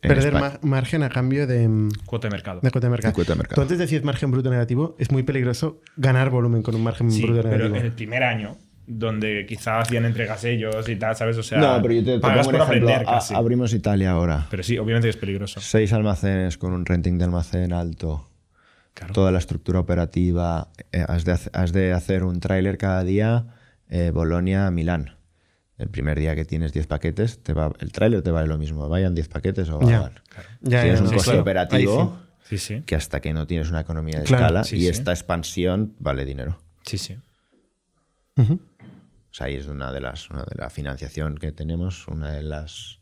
En Perder Espa- ma- margen a cambio de, mm, Cuota de mercado. De cuota de mercado. De cuota de mercado. Tú antes decías margen bruto negativo, es muy peligroso ganar volumen con un margen Sí, bruto pero negativo. en el primer año, donde quizás hacían entregas ellos y tal, ¿sabes? O sea, No, pero yo te, te pagas pongo un por ejemplo. aprender A- casi. abrimos Italia ahora. Pero sí, obviamente es peligroso. Seis almacenes con un renting de almacén alto. Claro. Toda la estructura operativa. eh, has, de, hace- has de hacer un tráiler cada día. eh, Bolonia, Milán. El primer día que tienes 10 paquetes, te va, el trailer te vale lo mismo, vayan 10 paquetes o Ya. vayan. Ya, tienes ya, un sí, coste claro. operativo Ahí Sí, sí. que hasta que no tienes una economía de Claro, escala sí, y sí. esta expansión vale dinero. Sí, sí. sí. Ujú. O sea, ahí es una de las una de la financiación que tenemos, una de las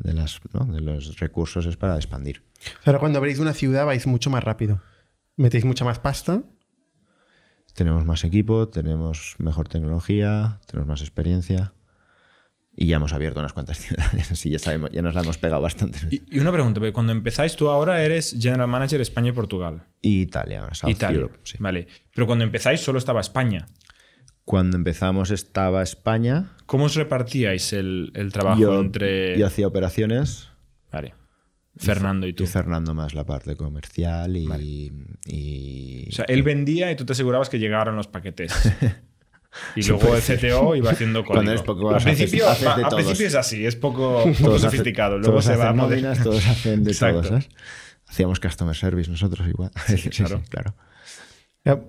de las ¿no? de los recursos es para expandir. O sea, Ahora cuando abrís una ciudad vais mucho más rápido. Metéis mucha más pasta. Tenemos más equipo, tenemos mejor tecnología, tenemos más experiencia y ya hemos abierto unas cuantas ciudades, así ya sabemos, ya nos la hemos pegado bastante. Y, Y, y una pregunta, porque cuando empezáis tú ahora eres General Manager España y Portugal. Italia, South Italia. Europe, sí. Vale. Pero cuando empezáis solo estaba España. Cuando empezamos estaba España, ¿Cómo os repartíais el, el trabajo yo, entre. yo hacía operaciones Vale. Fernando y tú. y Fernando más la parte comercial y, Vale. y- O sea, él vendía y tú te asegurabas que llegaron los paquetes. Y luego el CTO iba haciendo código. Cuando eres poco, al haces- principio, haces de al todos. principio es así, es poco, poco Todos hacen- sofisticado. Luego todos se va a hacen poder- nóminas, todos hacen de Exacto. todo, ¿sabes? Hacíamos customer service nosotros igual. Sí, sí, claro. claro. Ya.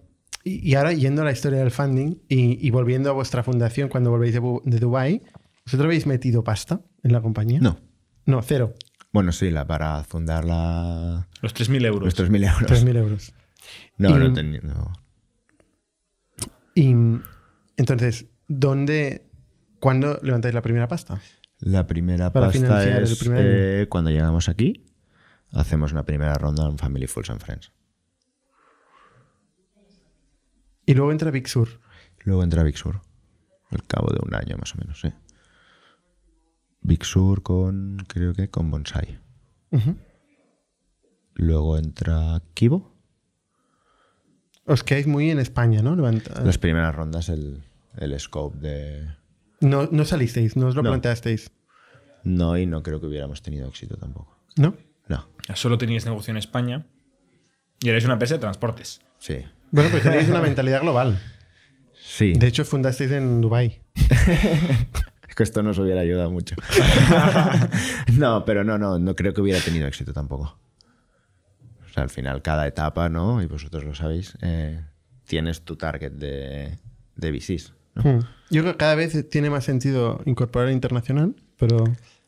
Y, y ahora yendo a la historia del funding y, y volviendo a vuestra fundación cuando volvéis de, Bu- de Dubai, ¿vosotros habéis metido pasta en la compañía? No. No, cero. Bueno, sí, la, para fundar la, Los 3.000 euros. los 3.000 euros. 3.000 euros. No, no, Y- tenía- no. Y mm, entonces, ¿dónde, cuándo levantáis la primera pasta? La primera Para pasta financiar el es primer eh, cuando llegamos aquí, hacemos una primera ronda en Family Fools and Friends. Y luego entra Big Sur. Luego entra Big Sur, al cabo de un año más o menos, sí. Big Sur con, creo que con Bonsai. Ujú. Luego entra Kibo. Os quedáis muy en España, ¿no? Levanta- Las primeras rondas, el, el scope de, no, no salisteis, no os lo No. planteasteis, No, y no creo que hubiéramos tenido éxito tampoco. ¿no? No, Solo teníais negocio en España y erais una empresa de transportes. sí. Bueno, pues tenéis una mentalidad global. Sí. De hecho, fundasteis en Dubai. Es que esto nos hubiera ayudado mucho. no, pero no, no, no creo que hubiera tenido éxito tampoco. O sea, al final cada etapa, ¿no? Y vosotros lo sabéis, eh, tienes tu target de, de VCs. ¿no? Mm. Yo creo que cada vez tiene más sentido incorporar internacional, pero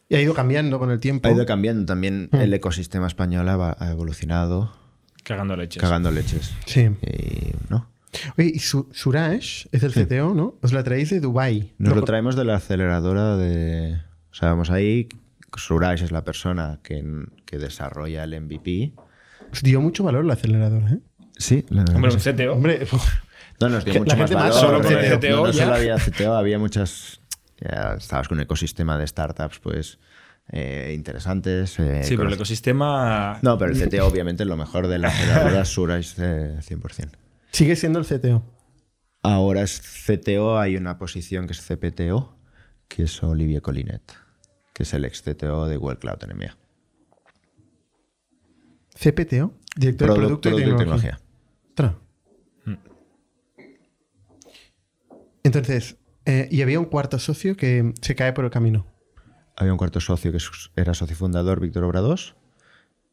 y ha ido cambiando con el tiempo. Ha ido cambiando también el ecosistema español, ha ha evolucionado Cagando leches. cagando leches. Sí. Y, ¿no? Oye, y Su- Suraj es el CTO, ¿no? Os la traéis de Dubai. Nos lo traemos de la aceleradora de. O sea, vamos ahí. Suraj es la persona que, que desarrolla el MVP. Os dio mucho valor la aceleradora, ¿eh? Sí, la Hombre, un CTO. Hombre, No, nos dio que mucho la más gente valor. más solo porque con el CTO no, no ya. solo había CTO, había muchas. ya estabas con un ecosistema de startups, pues. eh, interesantes. eh, Sí, pero el con- ecosistema. No, pero el CTO, obviamente, es lo mejor de la aceleradora Suraj eh, 100%. sigue siendo el CTO. Ahora es CTO, hay una posición que es CPTO, que es Olivier Collinet, que es el ex CTO de Google Cloud NMA. CPTO, director Produ- de producto, y producto tecnología. Mm. Ostras. Entonces, eh, y había un cuarto socio que se cae por el camino. Había un cuarto socio que es- era socio fundador, Víctor Obradós,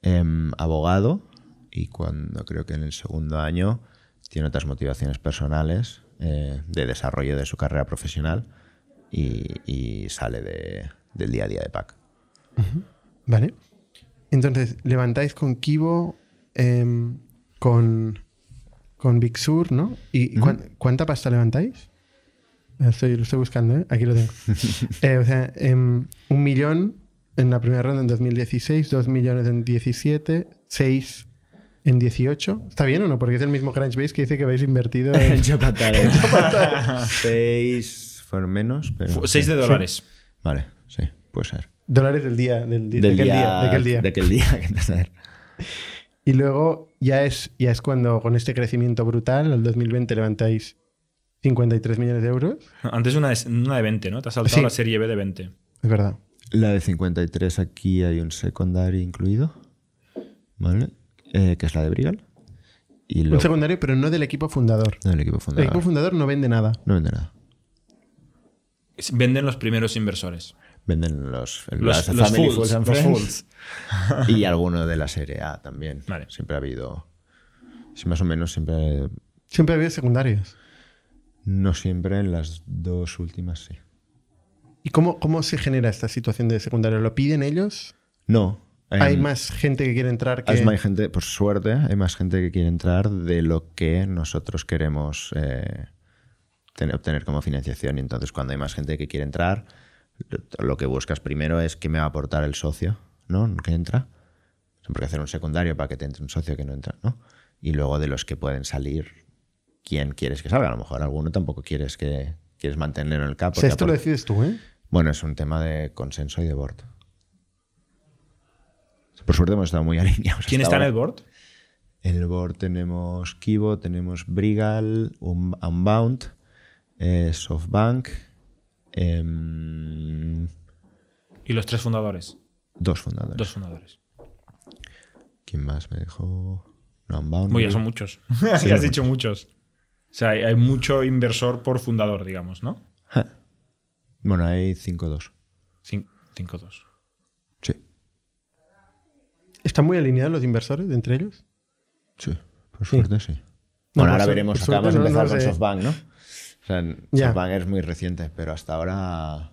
em, abogado, y cuando creo que en el segundo año tiene otras motivaciones personales eh, de desarrollo de su carrera profesional y, y sale de- del día a día de PAC. ¿Vale? Entonces, levantáis con Kibo, em, con, con Big Sur, ¿no? ¿Y cuán- cuánta pasta levantáis? Estoy, lo estoy buscando, ¿eh? Aquí lo tengo. Eh, o sea, em, un millón en la primera ronda en 2016, dos millones en 17, seis en 18. ¿Está bien o no? Porque es el mismo Crunchbase que dice que habéis invertido en... Seis fueron menos, pero... 6 de dólares. Vale, sí, puede ser. dólares del día, del, di- Del de, aquel día, de aquel día. de aquel día que te sale. Y luego ya es, ya es cuando con este crecimiento brutal, al 2020 levantáis 53 millones de euros. Antes una de, una de 20, ¿no? Te has saltado Sí. la serie B de 20. Es verdad. La de 53 aquí hay un secundario incluido, ¿vale? Eh, que es la de Brigal. Y Un luego secundario, pero no del equipo fundador. no, el equipo El fundador. equipo fundador no vende nada. no vende nada. Venden los primeros inversores. Venden los, el- Los, las los Family fools, Fools and los Friends. fools. Y alguno de la serie A también. Vale. Siempre ha habido. sí, más o menos siempre. Siempre ha habido secundarios. No siempre en las dos últimas, sí. ¿Y cómo, cómo se genera esta situación de secundaria? ¿Lo piden ellos? No. ¿Hay em, más gente que quiere entrar que...? Hay más gente, por suerte, hay más gente que quiere entrar de lo que nosotros queremos eh, tener- obtener como financiación. Y entonces, cuando hay más gente que quiere entrar, lo- lo que buscas primero es qué me va a aportar el socio, ¿no? Que entra. Siempre hay que hacer un secundario para que te entre un socio que no entra, ¿no? Y luego de los que pueden salir, ¿quién quieres que salga? A lo mejor alguno tampoco quieres que quieres mantenerlo en el O capo. sea, esto lo decides tú, ¿eh? Bueno, es un tema de consenso y de board. Por suerte hemos estado muy alineados. ¿Quién hasta está en ahora. el board? En el board tenemos Kibo, tenemos Brigal, Un- Unbound, eh, SoftBank, em, Y los tres fundadores. dos fundadores. Dos fundadores. ¿Quién más me dejó? No, Unbound. Bueno, ya Brigal. son muchos. ya has dicho muchos. O sea, hay, hay mucho inversor por fundador, digamos, ¿no? Bueno, hay cinco dos. Cin- Cinco, dos. Sí, ¿Están muy alineados los inversores entre ellos? sí. Por Sí. suerte, sí. No, Bueno, por ahora su- veremos. por Acabamos de suerte no- empezar no con sé. SoftBank, ¿no? O sea, Ya. SoftBank es muy reciente, pero hasta ahora ha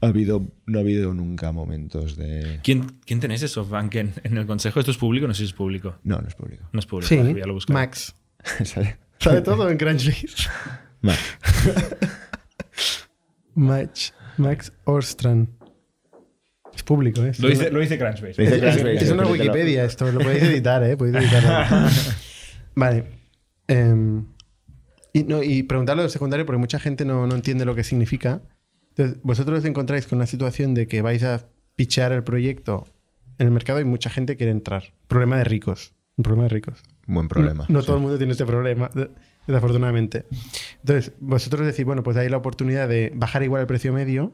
habido, no ha habido nunca momentos de. ¿Quién, quién tenéis de SoftBank en, en el consejo? ¿Esto es público o no sé si es público? No, no es público. No es público, Sí, vale, ya lo buscaré. Max. Sale- ¿Sabe todo en Crunchbase? Vale. Max. Max Orstrand. Es público, ¿eh? Lo dice, Es- lo dice Crunchbase. Lo dice es, Crunchbase, es una pero te lo- Wikipedia esto, lo podéis editar, ¿eh? Podéis editarlo. vale. Em, y, no, y preguntarlo del secundario porque mucha gente no, no entiende lo que significa. Entonces, vosotros os encontráis con una situación de que vais a pichar el proyecto en el mercado y mucha gente quiere entrar. Problema de ricos. Un problema de ricos. Buen problema. No, no sí. todo el mundo tiene este problema, de- desafortunadamente. Entonces, vosotros decís, bueno, pues hay la oportunidad de bajar igual el precio medio.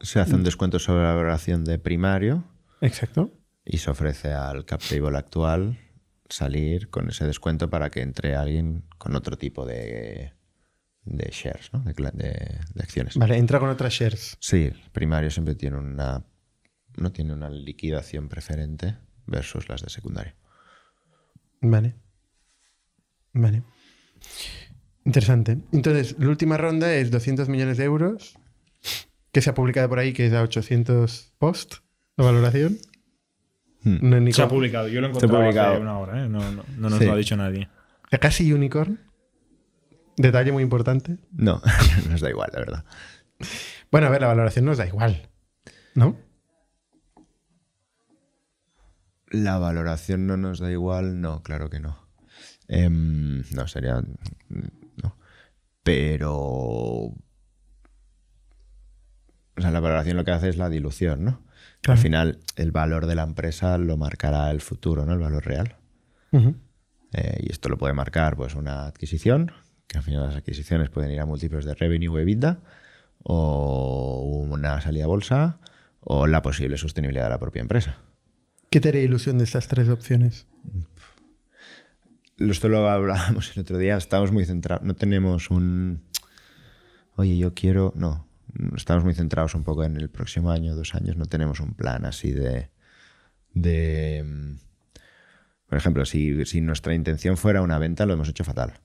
Se hace un descuento sobre la valoración de primario Exacto. y se ofrece al cap table actual salir con ese descuento para que entre alguien con otro tipo de, de shares, ¿no? de, cla- de- de acciones. Vale, entra con otras shares. Sí, el primario siempre tiene una no tiene una liquidación preferente versus las de secundario. Vale. Vale. Interesante. Entonces, la última ronda es 200 millones de euros, que se ha publicado por ahí, que es a 800 post, la valoración. Hmm. No es ni Se ha como- publicado, yo lo he Se ha encontrado hace publicado. una hora, ¿eh? no, no- no nos Sí. lo ha dicho nadie. de eh, casi unicorn. Detalle muy importante. No, nos da igual, la verdad. Bueno, a ver, la valoración nos da igual. ¿No? La valoración no nos da igual, no, claro que no. Em, no, sería. No. Pero. O sea, la valoración lo que hace es la dilución, ¿no? Claro. Al final, el valor de la empresa lo marcará el futuro, ¿no? El valor real. Ujú. Eh, y esto lo puede marcar pues una adquisición, que al final las adquisiciones pueden ir a múltiplos de revenue o EBITDA, o una salida a bolsa, o la posible sostenibilidad de la propia empresa. ¿Qué te haría ilusión de estas tres opciones? Esto lo hablábamos el otro día, estamos muy centrados, no tenemos un, oye, yo quiero, no, estamos muy centrados un poco en el próximo año, dos años, no tenemos un plan así de, de mm, por ejemplo, si, si nuestra intención fuera una venta, lo hemos hecho fatal,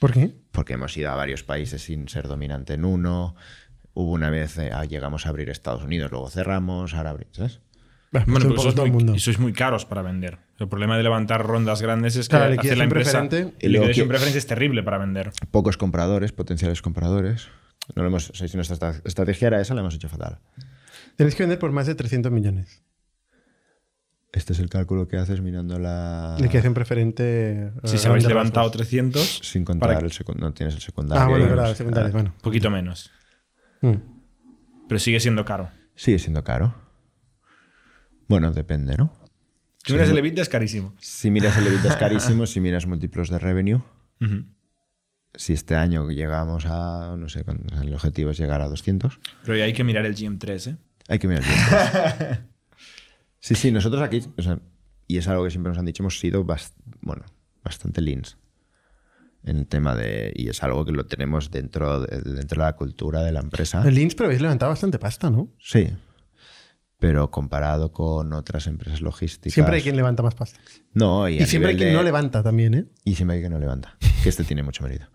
¿Por qué? porque hemos ido a varios países sin ser dominante en uno, hubo una vez, eh, ah, llegamos a abrir Estados Unidos, luego cerramos, ahora abrimos, ¿sabes? Pues Bueno, un pero poco sois todo el muy, mundo. y sois muy caros para vender. El problema de levantar rondas grandes es que Claro, la hacer liquidación la empresa. preferente. El liquidation Y luego- preference es terrible para vender. pocos compradores, potenciales compradores. No lo hemos, o sea, si nuestra estra- estrategia era esa, la hemos hecho fatal. Tenéis que vender por más de 300 millones. Este es el cálculo que haces mirando la. Liquidación preferente. Si eh, se habéis grandes levantado rasgos. 300, Sin contar para- el secundario. No tienes el secundario. Ah, bueno, y- es verdad, secundarias, bueno. poquito menos. Mm. Pero sigue siendo caro. Sigue siendo caro. Bueno, depende, ¿no? Si miras el EBITDA es carísimo. Si miras el EBITDA es carísimo, si miras múltiplos de revenue. Ujú. Si este año llegamos a. No sé, con- el objetivo es llegar a 200. Pero hay que mirar el GM3, ¿eh? Hay que mirar el tiempo. Sí, sí, nosotros aquí, o sea, y es algo que siempre nos han dicho, hemos sido bas- bueno, bastante leans en el tema de. Y es algo que lo tenemos dentro de, dentro de la cultura de la empresa. El Lynx, pero habéis levantado bastante pasta, ¿no? Sí. Pero comparado con otras empresas logísticas. Siempre hay quien levanta más pasta. No, y, Y, a siempre hay nivel quien de- no levanta también, ¿eh? Y siempre hay quien no levanta. Que este tiene mucho mérito.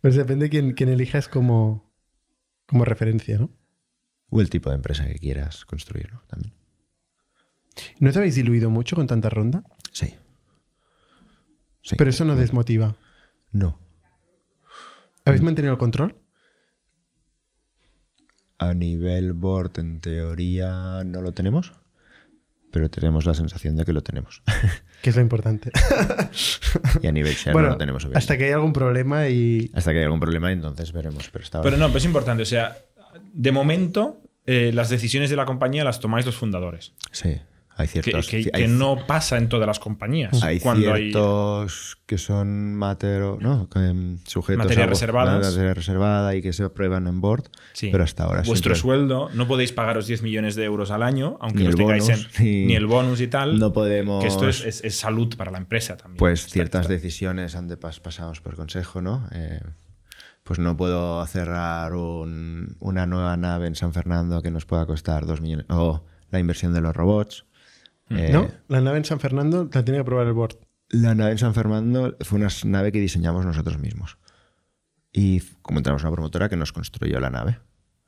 Pues depende quién, quién elijas como, como referencia, ¿no? O el tipo de empresa que quieras construirlo también. ¿No te habéis diluido mucho con tanta ronda? Sí. Sí. Pero eso no desmotiva. No. ¿Habéis mantenido el control? A nivel board, en teoría, no lo tenemos, pero tenemos la sensación de que lo tenemos. Que es lo importante. y a nivel share bueno, no lo tenemos, obviamente. hasta que hay algún problema y... Hasta que haya algún problema, entonces veremos. Pero, está Pero no, pero es importante. O sea, de momento, eh, las decisiones de la compañía las tomáis los fundadores. Sí, hay Que, ciertos. que- hay- que no pasa en todas las compañías. Hay cuando ciertos que son matero, no, que, em, sujetos Materia a bo- reservadas. materia reservada y que se aprueban en board, Sí. pero hasta ahora Vuestro siempre- sueldo, no podéis pagaros 10 millones de euros al año, aunque Ni los el tengáis bonus, en. ni- Ni el bonus y tal. no podemos Que esto es, es- es salud para la empresa también. pues Está- ciertas está- decisiones han de pas- pasados por consejo, ¿no? Eh, pues no puedo cerrar un- una nueva nave en San Fernando que nos pueda costar dos millones. O la inversión de los robots. Mm. Eh, ¿No? La nave en San Fernando la tiene que probar el board. La nave en San Fernando fue una nave que diseñamos nosotros mismos. Y f- como entramos a una promotora que nos construyó la nave.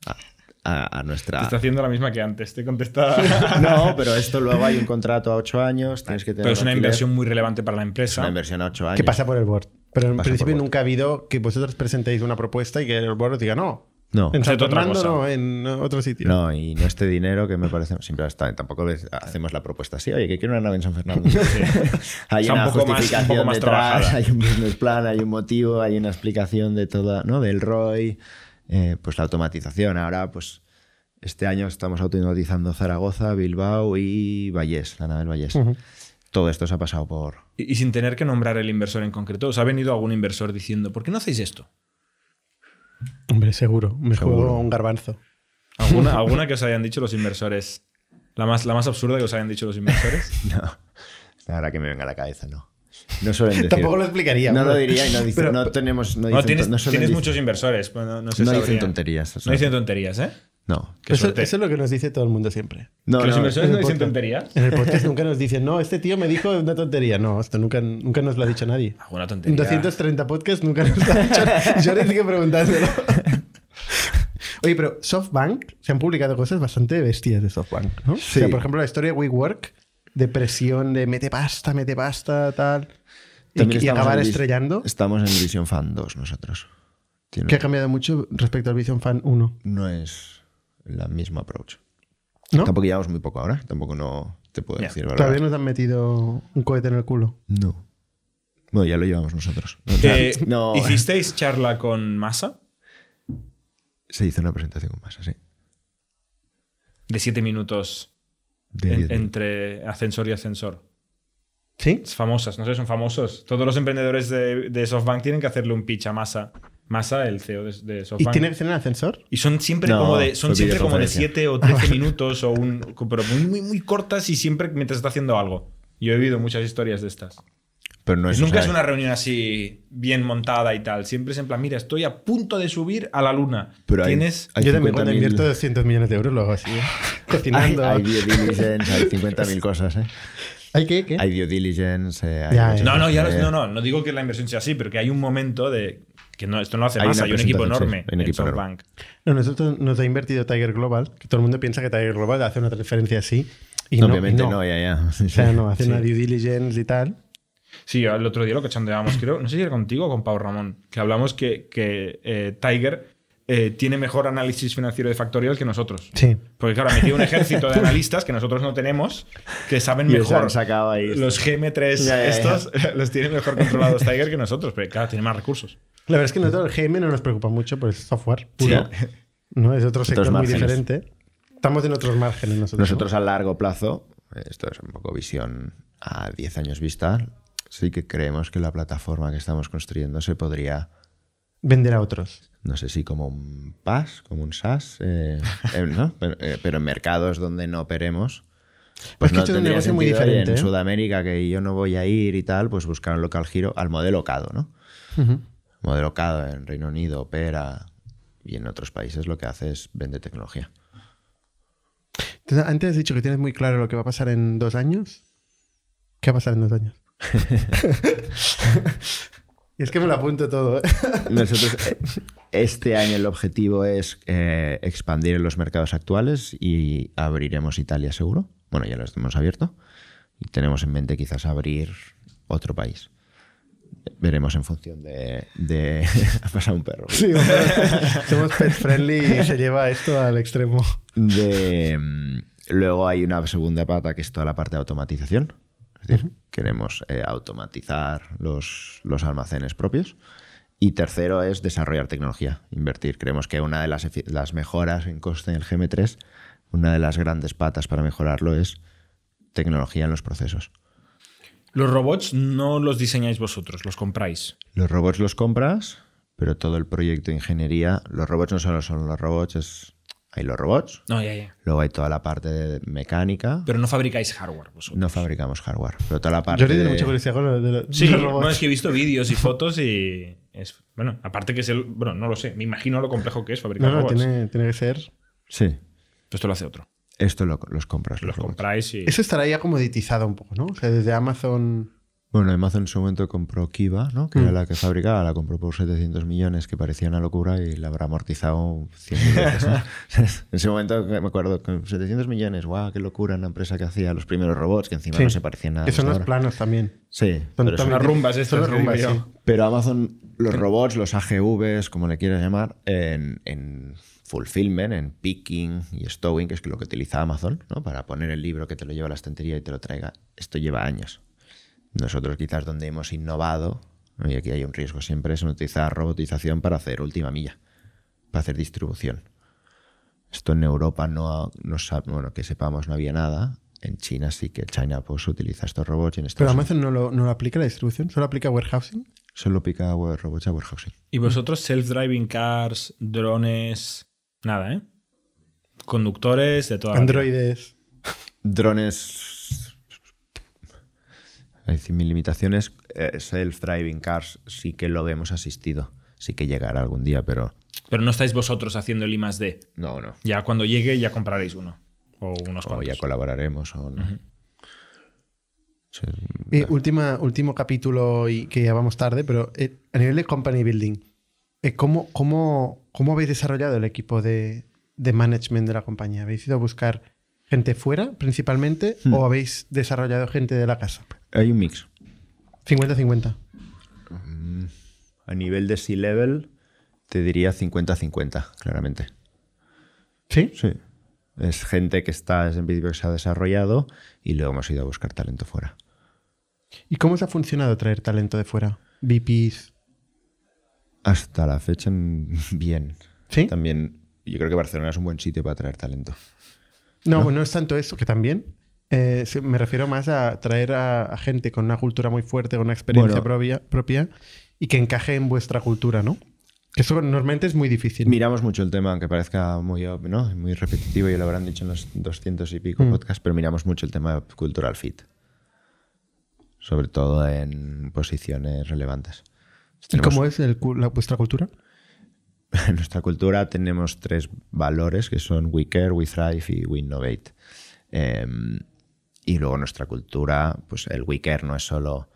A, a- a nuestra. Te está haciendo la misma que antes. Te contesta. No, pero esto luego hay un contrato a ocho años, tienes que tener. Pero es un una alquiler. inversión muy relevante para la Es empresa. una inversión a ocho años. Que pasa por el board. Pero en Ah, Pasa por principio board. nunca ha habido que vosotros presentéis una propuesta y que el board os diga no. No. En San Haced otra Fernando cosa. no, en otro sitio. No, y no este dinero que me parece. Siempre está, tampoco ves- hacemos la propuesta así, oye, que quiero una nave en San Fernando. hay Está un una poco más- justificación un poco más detrás, trabajada. hay un business plan, hay un motivo, hay una explicación de toda, ¿no? Del ROI, eh, pues la automatización. Ahora, pues este año estamos automatizando Zaragoza, Bilbao y Vallés, la nave del Vallés. Ujú. Todo esto se ha pasado por. Y, y sin tener que nombrar el inversor en concreto. ¿Os ha venido algún inversor diciendo, ¿por qué no hacéis esto? Hombre, seguro. Me Seguro. juego un garbanzo. ¿Alguna, alguna que os hayan dicho los inversores? La más, la más absurda que os hayan dicho los inversores. No. Ahora que me venga a la cabeza, no. No suelen decir. Tampoco lo explicaría. No lo hombre. diría y no dicen. Pero- no tenemos. No, No, dicen- tienes, no suelen tienes dicen- muchos inversores. pues no, no se No dicen sabría. tonterías. o sea, No dicen tonterías, ¿eh? no. Qué Eso, suerte. eso es lo que nos dice todo el mundo siempre. No, que los no, inversores no en el dicen podcast. tonterías. En el podcast nunca nos dicen, no, este tío me dijo una tontería. No, esto nunca, nunca nos lo ha dicho nadie. Alguna En tontería. 230 podcasts nunca nos lo ha dicho. Yo tengo que preguntárselo. Oye, pero SoftBank, se han publicado cosas bastante bestias de SoftBank, ¿no? O sea, Sí. por ejemplo, la historia de WeWork, de presión, de mete pasta, mete pasta, tal. Y- También Y, estamos acabar en Vis- estrellando, Estamos en Vision Fan 2 nosotros. Tiene- que ha cambiado mucho respecto al Vision Fan 1. No es la misma approach. ¿No? Tampoco llevamos muy poco ahora. Tampoco no te puedo Ya, decir. Todavía valorar. nos han metido un cohete en el culo. No. Bueno, ya lo llevamos nosotros. No, Eh, no- ¿Hicisteis charla con eh, Massa Se hizo una presentación con más, sí. de siete minutos De en- diez mil. entre ascensor y ascensor? ¿Sí? Es famosas, no sé, son famosos. Todos los emprendedores de, de SoftBank tienen que hacerle un pitch a Massa. Massa, el CEO de, de ¿Y Pues SoftBank. tiene que ser en el ascensor? Y son siempre No, como de son fue siempre como de videoconferencia. 7 o 13 minutos o un pero muy muy muy cortas y siempre mientras está haciendo algo. Yo he vivido muchas historias de estas. Pero no es, pues Nunca Pues, o sea, es una reunión así bien montada y tal, siempre es en plan, mira, estoy a punto de subir a la luna. Pero hay- Tienes hay Yo también cuando 50.000 invierto 200 millones de euros lo hago así. ¿eh? Hay, Cocinando. hay due diligence, hay 50.000 cosas, ¿eh? ¿Hay qué? qué? Hay due diligence, eh, hay Ya, muchas eh. No, no, ya los- cosas, eh. no, no, no digo que la inversión sea así, pero que hay un momento de que no, esto no lo hace Hay Massa, una hay un equipo presentación, enorme sí, hay un en equipo enorme. SoftBank. No, nosotros nos ha invertido Tiger Global, que todo el mundo piensa que Tiger Global hace una transferencia así. Y no, Obviamente y no, no. ya, ya. Sí, O sea, sí. no, hace Sí. una due diligence y tal. Sí, yo el otro día lo cachondeábamos, creo, no sé si era contigo o con Pau Ramón, que hablamos que, que, eh, Tiger eh, tiene mejor análisis financiero de factorial que nosotros. Sí. Porque claro, ha metido un ejército de analistas que nosotros no tenemos, que saben Y os mejor. han sacado ahí. Los GM3 Ya, ya, ya. estos los tiene mejor controlados Tiger que nosotros, pero claro, tiene más recursos. La verdad es que nosotros el GM no nos preocupa mucho por el software Sí. puro. ¿no? Es otro sector muy márgenes. diferente. Estamos en otros márgenes nosotros. Nosotros a largo plazo, eh, esto es un poco visión a 10 años vista, sí que creemos que la plataforma que estamos construyendo se podría, ¿no? Vender a otros. no sé si como un PaaS, como un SaaS, eh, eh, ¿no? pero, eh, pero en mercados donde no operemos. Pues Pues que no esto es un tendría negocio muy sentido, oye, diferente, En ¿eh? Sudamérica, que yo no voy a ir y tal, pues buscar un local giro al modelo CADO, ¿no? Modelo CADO en Reino Unido opera y en otros países lo que hace es vende tecnología. Entonces, antes has dicho que tienes muy claro lo que va a pasar en dos años. ¿Qué va a pasar en dos años? Y es que me lo apunto todo. ¿eh? Nosotros, eh, este año el objetivo es eh, expandir en los mercados actuales y abriremos Italia seguro. Bueno, ya lo hemos abierto. Y tenemos en mente quizás abrir otro país. Veremos en función de... de- ha pasado un perro. Sí, hombre. somos pet friendly y se lleva esto al extremo. De, mm, luego hay una segunda pata que es toda la parte de automatización. Es decir, queremos eh, automatizar los, los almacenes propios. Y tercero es desarrollar tecnología, invertir. Creemos que una de las, efi- las mejoras en coste en el GM3, una de las grandes patas para mejorarlo es tecnología en los procesos. Los robots no los diseñáis vosotros, los compráis. Los robots los compras, pero todo el proyecto de ingeniería, los robots no solo son los robots, es, hay los robots, No, ya, ya. luego hay toda la parte de mecánica. Pero no fabricáis hardware vosotros. No fabricamos hardware, pero toda la parte. Jordi tiene de- mucha curiosidad con lo de los Sí, los no, es robots. que he visto vídeos y fotos y es bueno, aparte que es el, bueno, no lo sé, me imagino lo complejo que es fabricar No, no, robots. tiene, tiene que ser. Sí, Pues esto lo hace otro. esto lo- los compras. Los Los robots. compráis y Eso estará ya comoditizado un poco, ¿no? O sea, desde Amazon. Bueno, Amazon en su momento compró Kiva, ¿no? que Mm. era la que fabricaba, la compró por 700 millones, que parecía una locura y la habrá amortizado 100 veces. ¿no? en ese momento me acuerdo, con 700 millones, guau, qué locura, una empresa que hacía los primeros robots, que encima Sí. no se parecían nada. que son los hasta ahora. planos también. Sí, Son pero, es- también- unas rumbas son estas, las rumbas, digo yo. sí. pero Amazon, los robots, los AGVs, como le quieras llamar, en, en fulfillment, en picking y stowing, que es lo que utiliza Amazon, ¿no? Para poner el libro que te lo lleva a la estantería y te lo traiga. Esto lleva años. Nosotros quizás donde hemos innovado, ¿no? y aquí hay un riesgo siempre, es en utilizar robotización para hacer última milla, para hacer distribución. Esto en Europa no, ha- no sa- bueno, que sepamos, no había nada. En China sí que China pues utiliza estos robots y en Pero Estados Unidos Amazon no lo, no lo aplica la distribución, solo aplica warehousing. solo pica web- robots a warehousing. y vosotros self-driving cars, drones, nada, ¿eh? Conductores de toda la vida. Androides. drones. Hay mil limitaciones. Eh, Self-driving cars sí que lo vemos asistido. Sí que llegará algún día, pero. Pero no estáis vosotros haciendo el I más D. No, no. Ya cuando llegue ya compraréis uno o unos O ya cuantos. colaboraremos o no. Sí, eh, Y última, último capítulo y que ya vamos tarde, pero eh, a nivel de company building, eh, ¿cómo, cómo, cómo habéis desarrollado el equipo de, de management de la compañía? ¿Habéis ido a buscar gente fuera principalmente Hmm. o habéis desarrollado gente de la casa? Hay un mix. 50-50. A nivel de C-level, te diría 50-50, claramente. ¿Sí? Sí. Es gente que está, es en principio que se ha desarrollado y luego hemos ido a buscar talento fuera. ¿Y cómo os ha funcionado traer talento de fuera? VPs. Hasta la fecha, mm, bien. ¿Sí? También, yo creo que Barcelona es un buen sitio para traer talento. No, no, es tanto eso, que también. eh, sí, me refiero más a traer a, a gente con una cultura muy fuerte, con una experiencia Bueno. propia, propia y que encaje en vuestra cultura, ¿no? Que eso normalmente es muy difícil. Miramos mucho el tema, aunque parezca muy, ob- ¿no? muy repetitivo y lo habrán dicho en los 200 y pico Mm. podcasts, pero miramos mucho el tema de cultural fit. Sobre todo en posiciones relevantes. ¿Y Tenemos- cómo es el cu- la- vuestra cultura? En nuestra cultura tenemos tres valores que son We Care, We Thrive y We Innovate. Em, y luego nuestra cultura, pues el We Care no es solo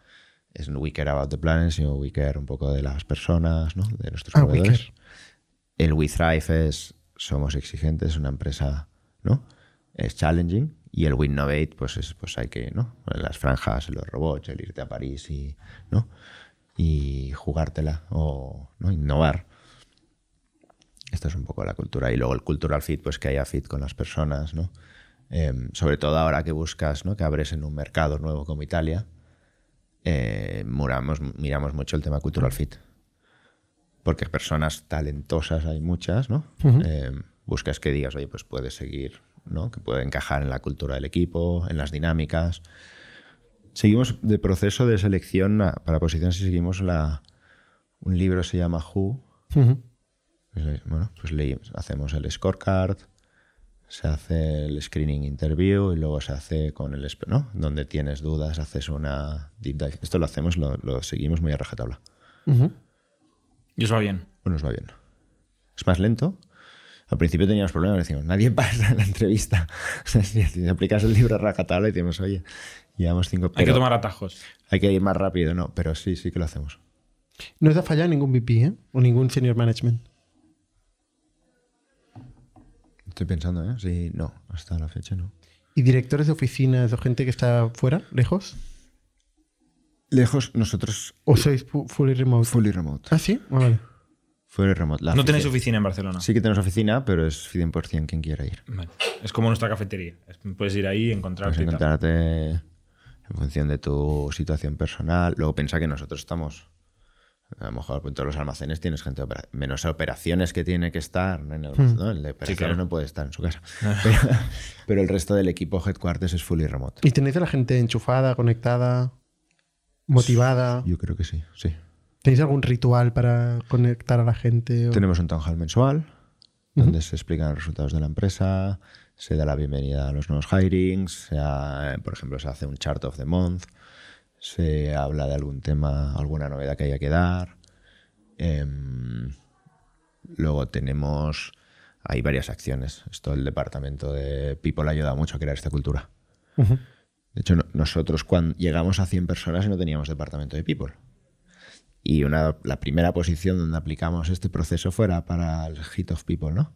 es un We Care about the planet, sino We Care un poco de las personas, ¿no? de nuestros Ah, We proveedores. El We Thrive es somos exigentes, una empresa, ¿no? Es challenging. Y el We Innovate, pues es, pues hay que, ¿no? Las franjas, los robots, el irte a París y, ¿no? Y jugártela o ¿no? innovar. Esta es un poco la cultura. Y luego el cultural fit, pues que haya fit con las personas, ¿no? Em, sobre todo ahora que buscas, ¿no? Que abres en un mercado nuevo como Italia, eh, muramos- miramos mucho el tema cultural fit. Porque personas talentosas hay muchas, ¿no? Ujú. Em, buscas que digas, oye, pues puedes seguir, ¿no? Que puede encajar en la cultura del equipo, en las dinámicas. Seguimos de proceso de selección a- para posiciones y seguimos la... Un libro se llama Who, Ujú. pues le- bueno, pues leímos. Hacemos el scorecard, se hace el screening interview y luego se hace con el... espe- ¿no? Donde tienes dudas, haces una deep dive. Esto lo hacemos, lo, lo seguimos muy a rajatabla. Ujú. Y os va bien. Pues nos va bien. Es más lento. Al principio teníamos problemas, decíamos, nadie pasa en la entrevista. si aplicas el libro a rajatabla y decimos, oye, llevamos cinco... Hay que pero tomar atajos. hay que ir más rápido, ¿no? Pero sí, sí que lo hacemos. No os ha fallado ningún VP, ¿eh? O ningún senior management. Estoy pensando, ¿eh? Sí, no, hasta la fecha no. ¿Y directores de oficinas o gente que está fuera, lejos? Lejos, nosotros ¿O sois fu- fully remote? fully remote. Ah, sí. Ah, vale. Fully remote. la No tenéis oficina. oficina en Barcelona. Sí que tenemos oficina, pero es 100% quien quiera ir. Vale. Es como nuestra cafetería. Es- Puedes ir ahí y encontrarte. Puedes y tal. encontrarte en función de tu situación personal. Luego piensa que nosotros estamos. A lo mejor en todos los almacenes tienes gente de opera- menos operaciones que tiene que estar en el, ¿no? El de operaciones Hmm. claro. no puede estar en su casa. Pero, pero el resto del equipo headquarters es fully remote. ¿Y tenéis a la gente enchufada, conectada, motivada? Yo creo que sí, sí. ¿Tenéis algún ritual para conectar a la gente? o- Tenemos un town hall mensual donde se explican los resultados de la empresa, se da la bienvenida a los nuevos hirings, se ha- por ejemplo, se hace un chart of the month, se habla de algún tema, alguna novedad que haya que dar. Em, luego tenemos, hay varias acciones. Esto el departamento de People ayuda mucho a crear esta cultura. Ujú. De hecho, no- nosotros cuando llegamos a 100 personas y no teníamos departamento de people. Y una, la primera posición donde aplicamos este proceso fuera para el hit of people, ¿no?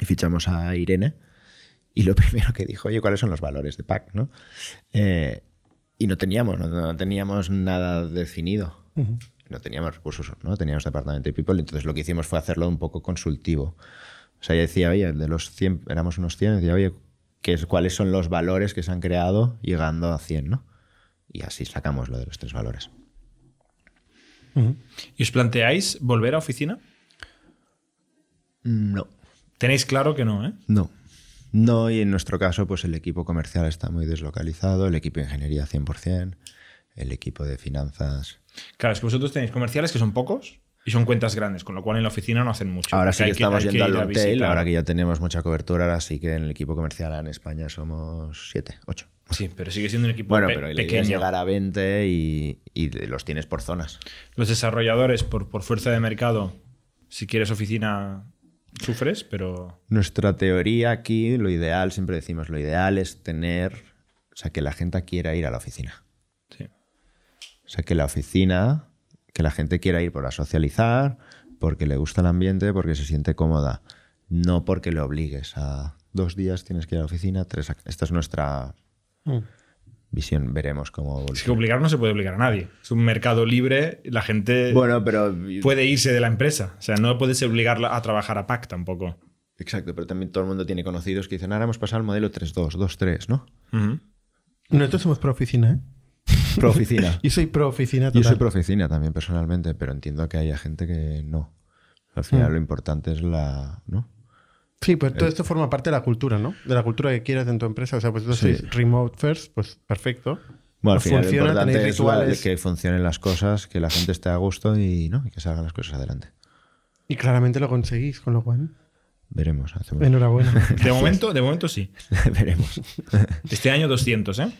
Y fichamos a Irene. Y lo primero que dijo, oye, ¿cuáles son los valores de PAC, no? Eh, y no teníamos, no, no teníamos nada definido. No teníamos recursos, no teníamos departamento de people. Entonces lo que hicimos fue hacerlo un poco consultivo. O sea, yo decía, oye, de los 100, éramos unos 100, decía, oye, ¿qué es- ¿cuáles son los valores que se han creado llegando a 100, no? Y así sacamos lo de los tres valores. ¿Y os planteáis volver a oficina? No. Tenéis claro que no, ¿eh? No. No, y en nuestro caso, pues el equipo comercial está muy deslocalizado, el equipo de ingeniería 100%, el equipo de finanzas. Claro, es que vosotros tenéis comerciales que son pocos y son cuentas grandes, con lo cual en la oficina no hacen mucho. Ahora Porque sí que hay estamos hay yendo ir al a hotel, visitar. ahora que ya tenemos mucha cobertura, ahora sí que en el equipo comercial en España somos 7, 8. Sí, pero sigue siendo un equipo Bueno, pe- pero la idea es pequeño. llegar a 20 y, y de- los tienes por zonas. Los desarrolladores, por, por fuerza de mercado, si quieres oficina, sufres, pero. Nuestra teoría aquí, lo ideal, siempre decimos, lo ideal es tener, o sea, que la gente quiera ir a la oficina. Sí. O sea, que la oficina, que la gente quiera ir para socializar, porque le gusta el ambiente, porque se siente cómoda, no porque le obligues a dos días tienes que ir a la oficina, tres... a- Esta es nuestra Mm. visión, veremos cómo Es que evoluciona. obligar no se puede obligar a nadie. Es un mercado libre, la gente Bueno, pero... puede irse de la empresa. O sea, no puedes obligarla a trabajar a PAC tampoco. Exacto, pero también todo el mundo tiene conocidos que dicen, ahora hemos pasado al modelo 3-2, 2-3, ¿no? Ujú. Nosotros somos pro oficina, ¿eh? Pro oficina. Yo soy pro oficina Yo Ah, total. soy profecina también personalmente, pero entiendo que haya gente que no. Al Mm. final lo importante es la, ¿no? Sí, pero Eh. todo esto forma parte de la cultura, ¿no? De la cultura que quieras en tu empresa. O sea, pues Sí. entonces remote first, pues perfecto. Bueno, al Os final funciona, lo importante tenéis es la- rituales. que funcionen las cosas, que la gente esté a gusto y, ¿no? y que salgan las cosas adelante. Y claramente lo conseguís, con lo cual, Veremos. hacemos- enhorabuena. De momento, de momento sí. veremos. Este año 200, ¿eh?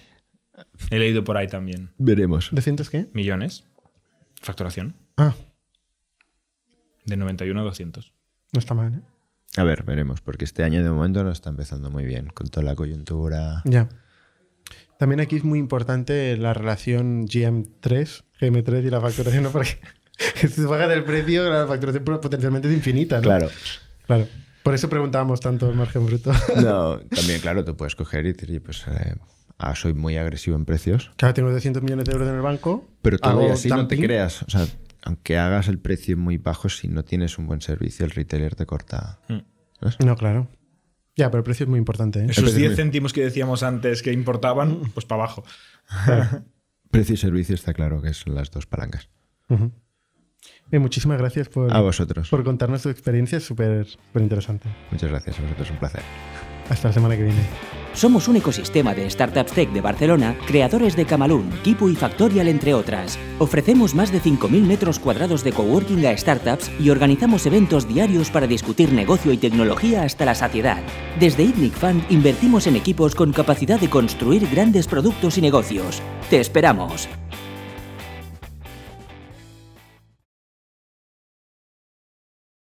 He leído por ahí también. Veremos. ¿200 qué? Millones. Facturación. Ah, De 91 a 200. no está mal, ¿eh? A ver, veremos, porque este año de momento no está empezando muy bien, con toda la coyuntura. Ya. También aquí es muy importante la relación GM3, GM3 y la facturación, ¿no? Porque si se paga el precio, la facturación potencialmente es infinita, ¿no? Claro. Claro. Por eso preguntábamos tanto el margen bruto. No, también, claro, tú puedes coger y decir, pues, eh, ah, soy muy agresivo en precios. Claro, tengo 200 millones de euros en el banco. Pero todavía hago así no te dumping. creas. O sea, aunque hagas el precio muy bajo, si no tienes un buen servicio, el retailer te corta. No, claro. Ya, pero el precio es muy importante, ¿eh? Esos Empecé 10 muy- céntimos que decíamos antes que importaban, pues para abajo. Precio y servicio está claro que son las dos palancas. Ujú. Eh, muchísimas gracias por, A vosotros. por contarnos tu experiencia, es súper súper interesante. Muchas gracias, a vosotros un placer. Hasta la semana que viene. Somos un ecosistema de startups tech de Barcelona, creadores de Camalún, Kipu y Factorial, entre otras. Ofrecemos más de 5.000 metros cuadrados de coworking a startups y organizamos eventos diarios para discutir negocio y tecnología hasta la saciedad. Desde ITNIC Fund invertimos en equipos con capacidad de construir grandes productos y negocios. ¡Te esperamos!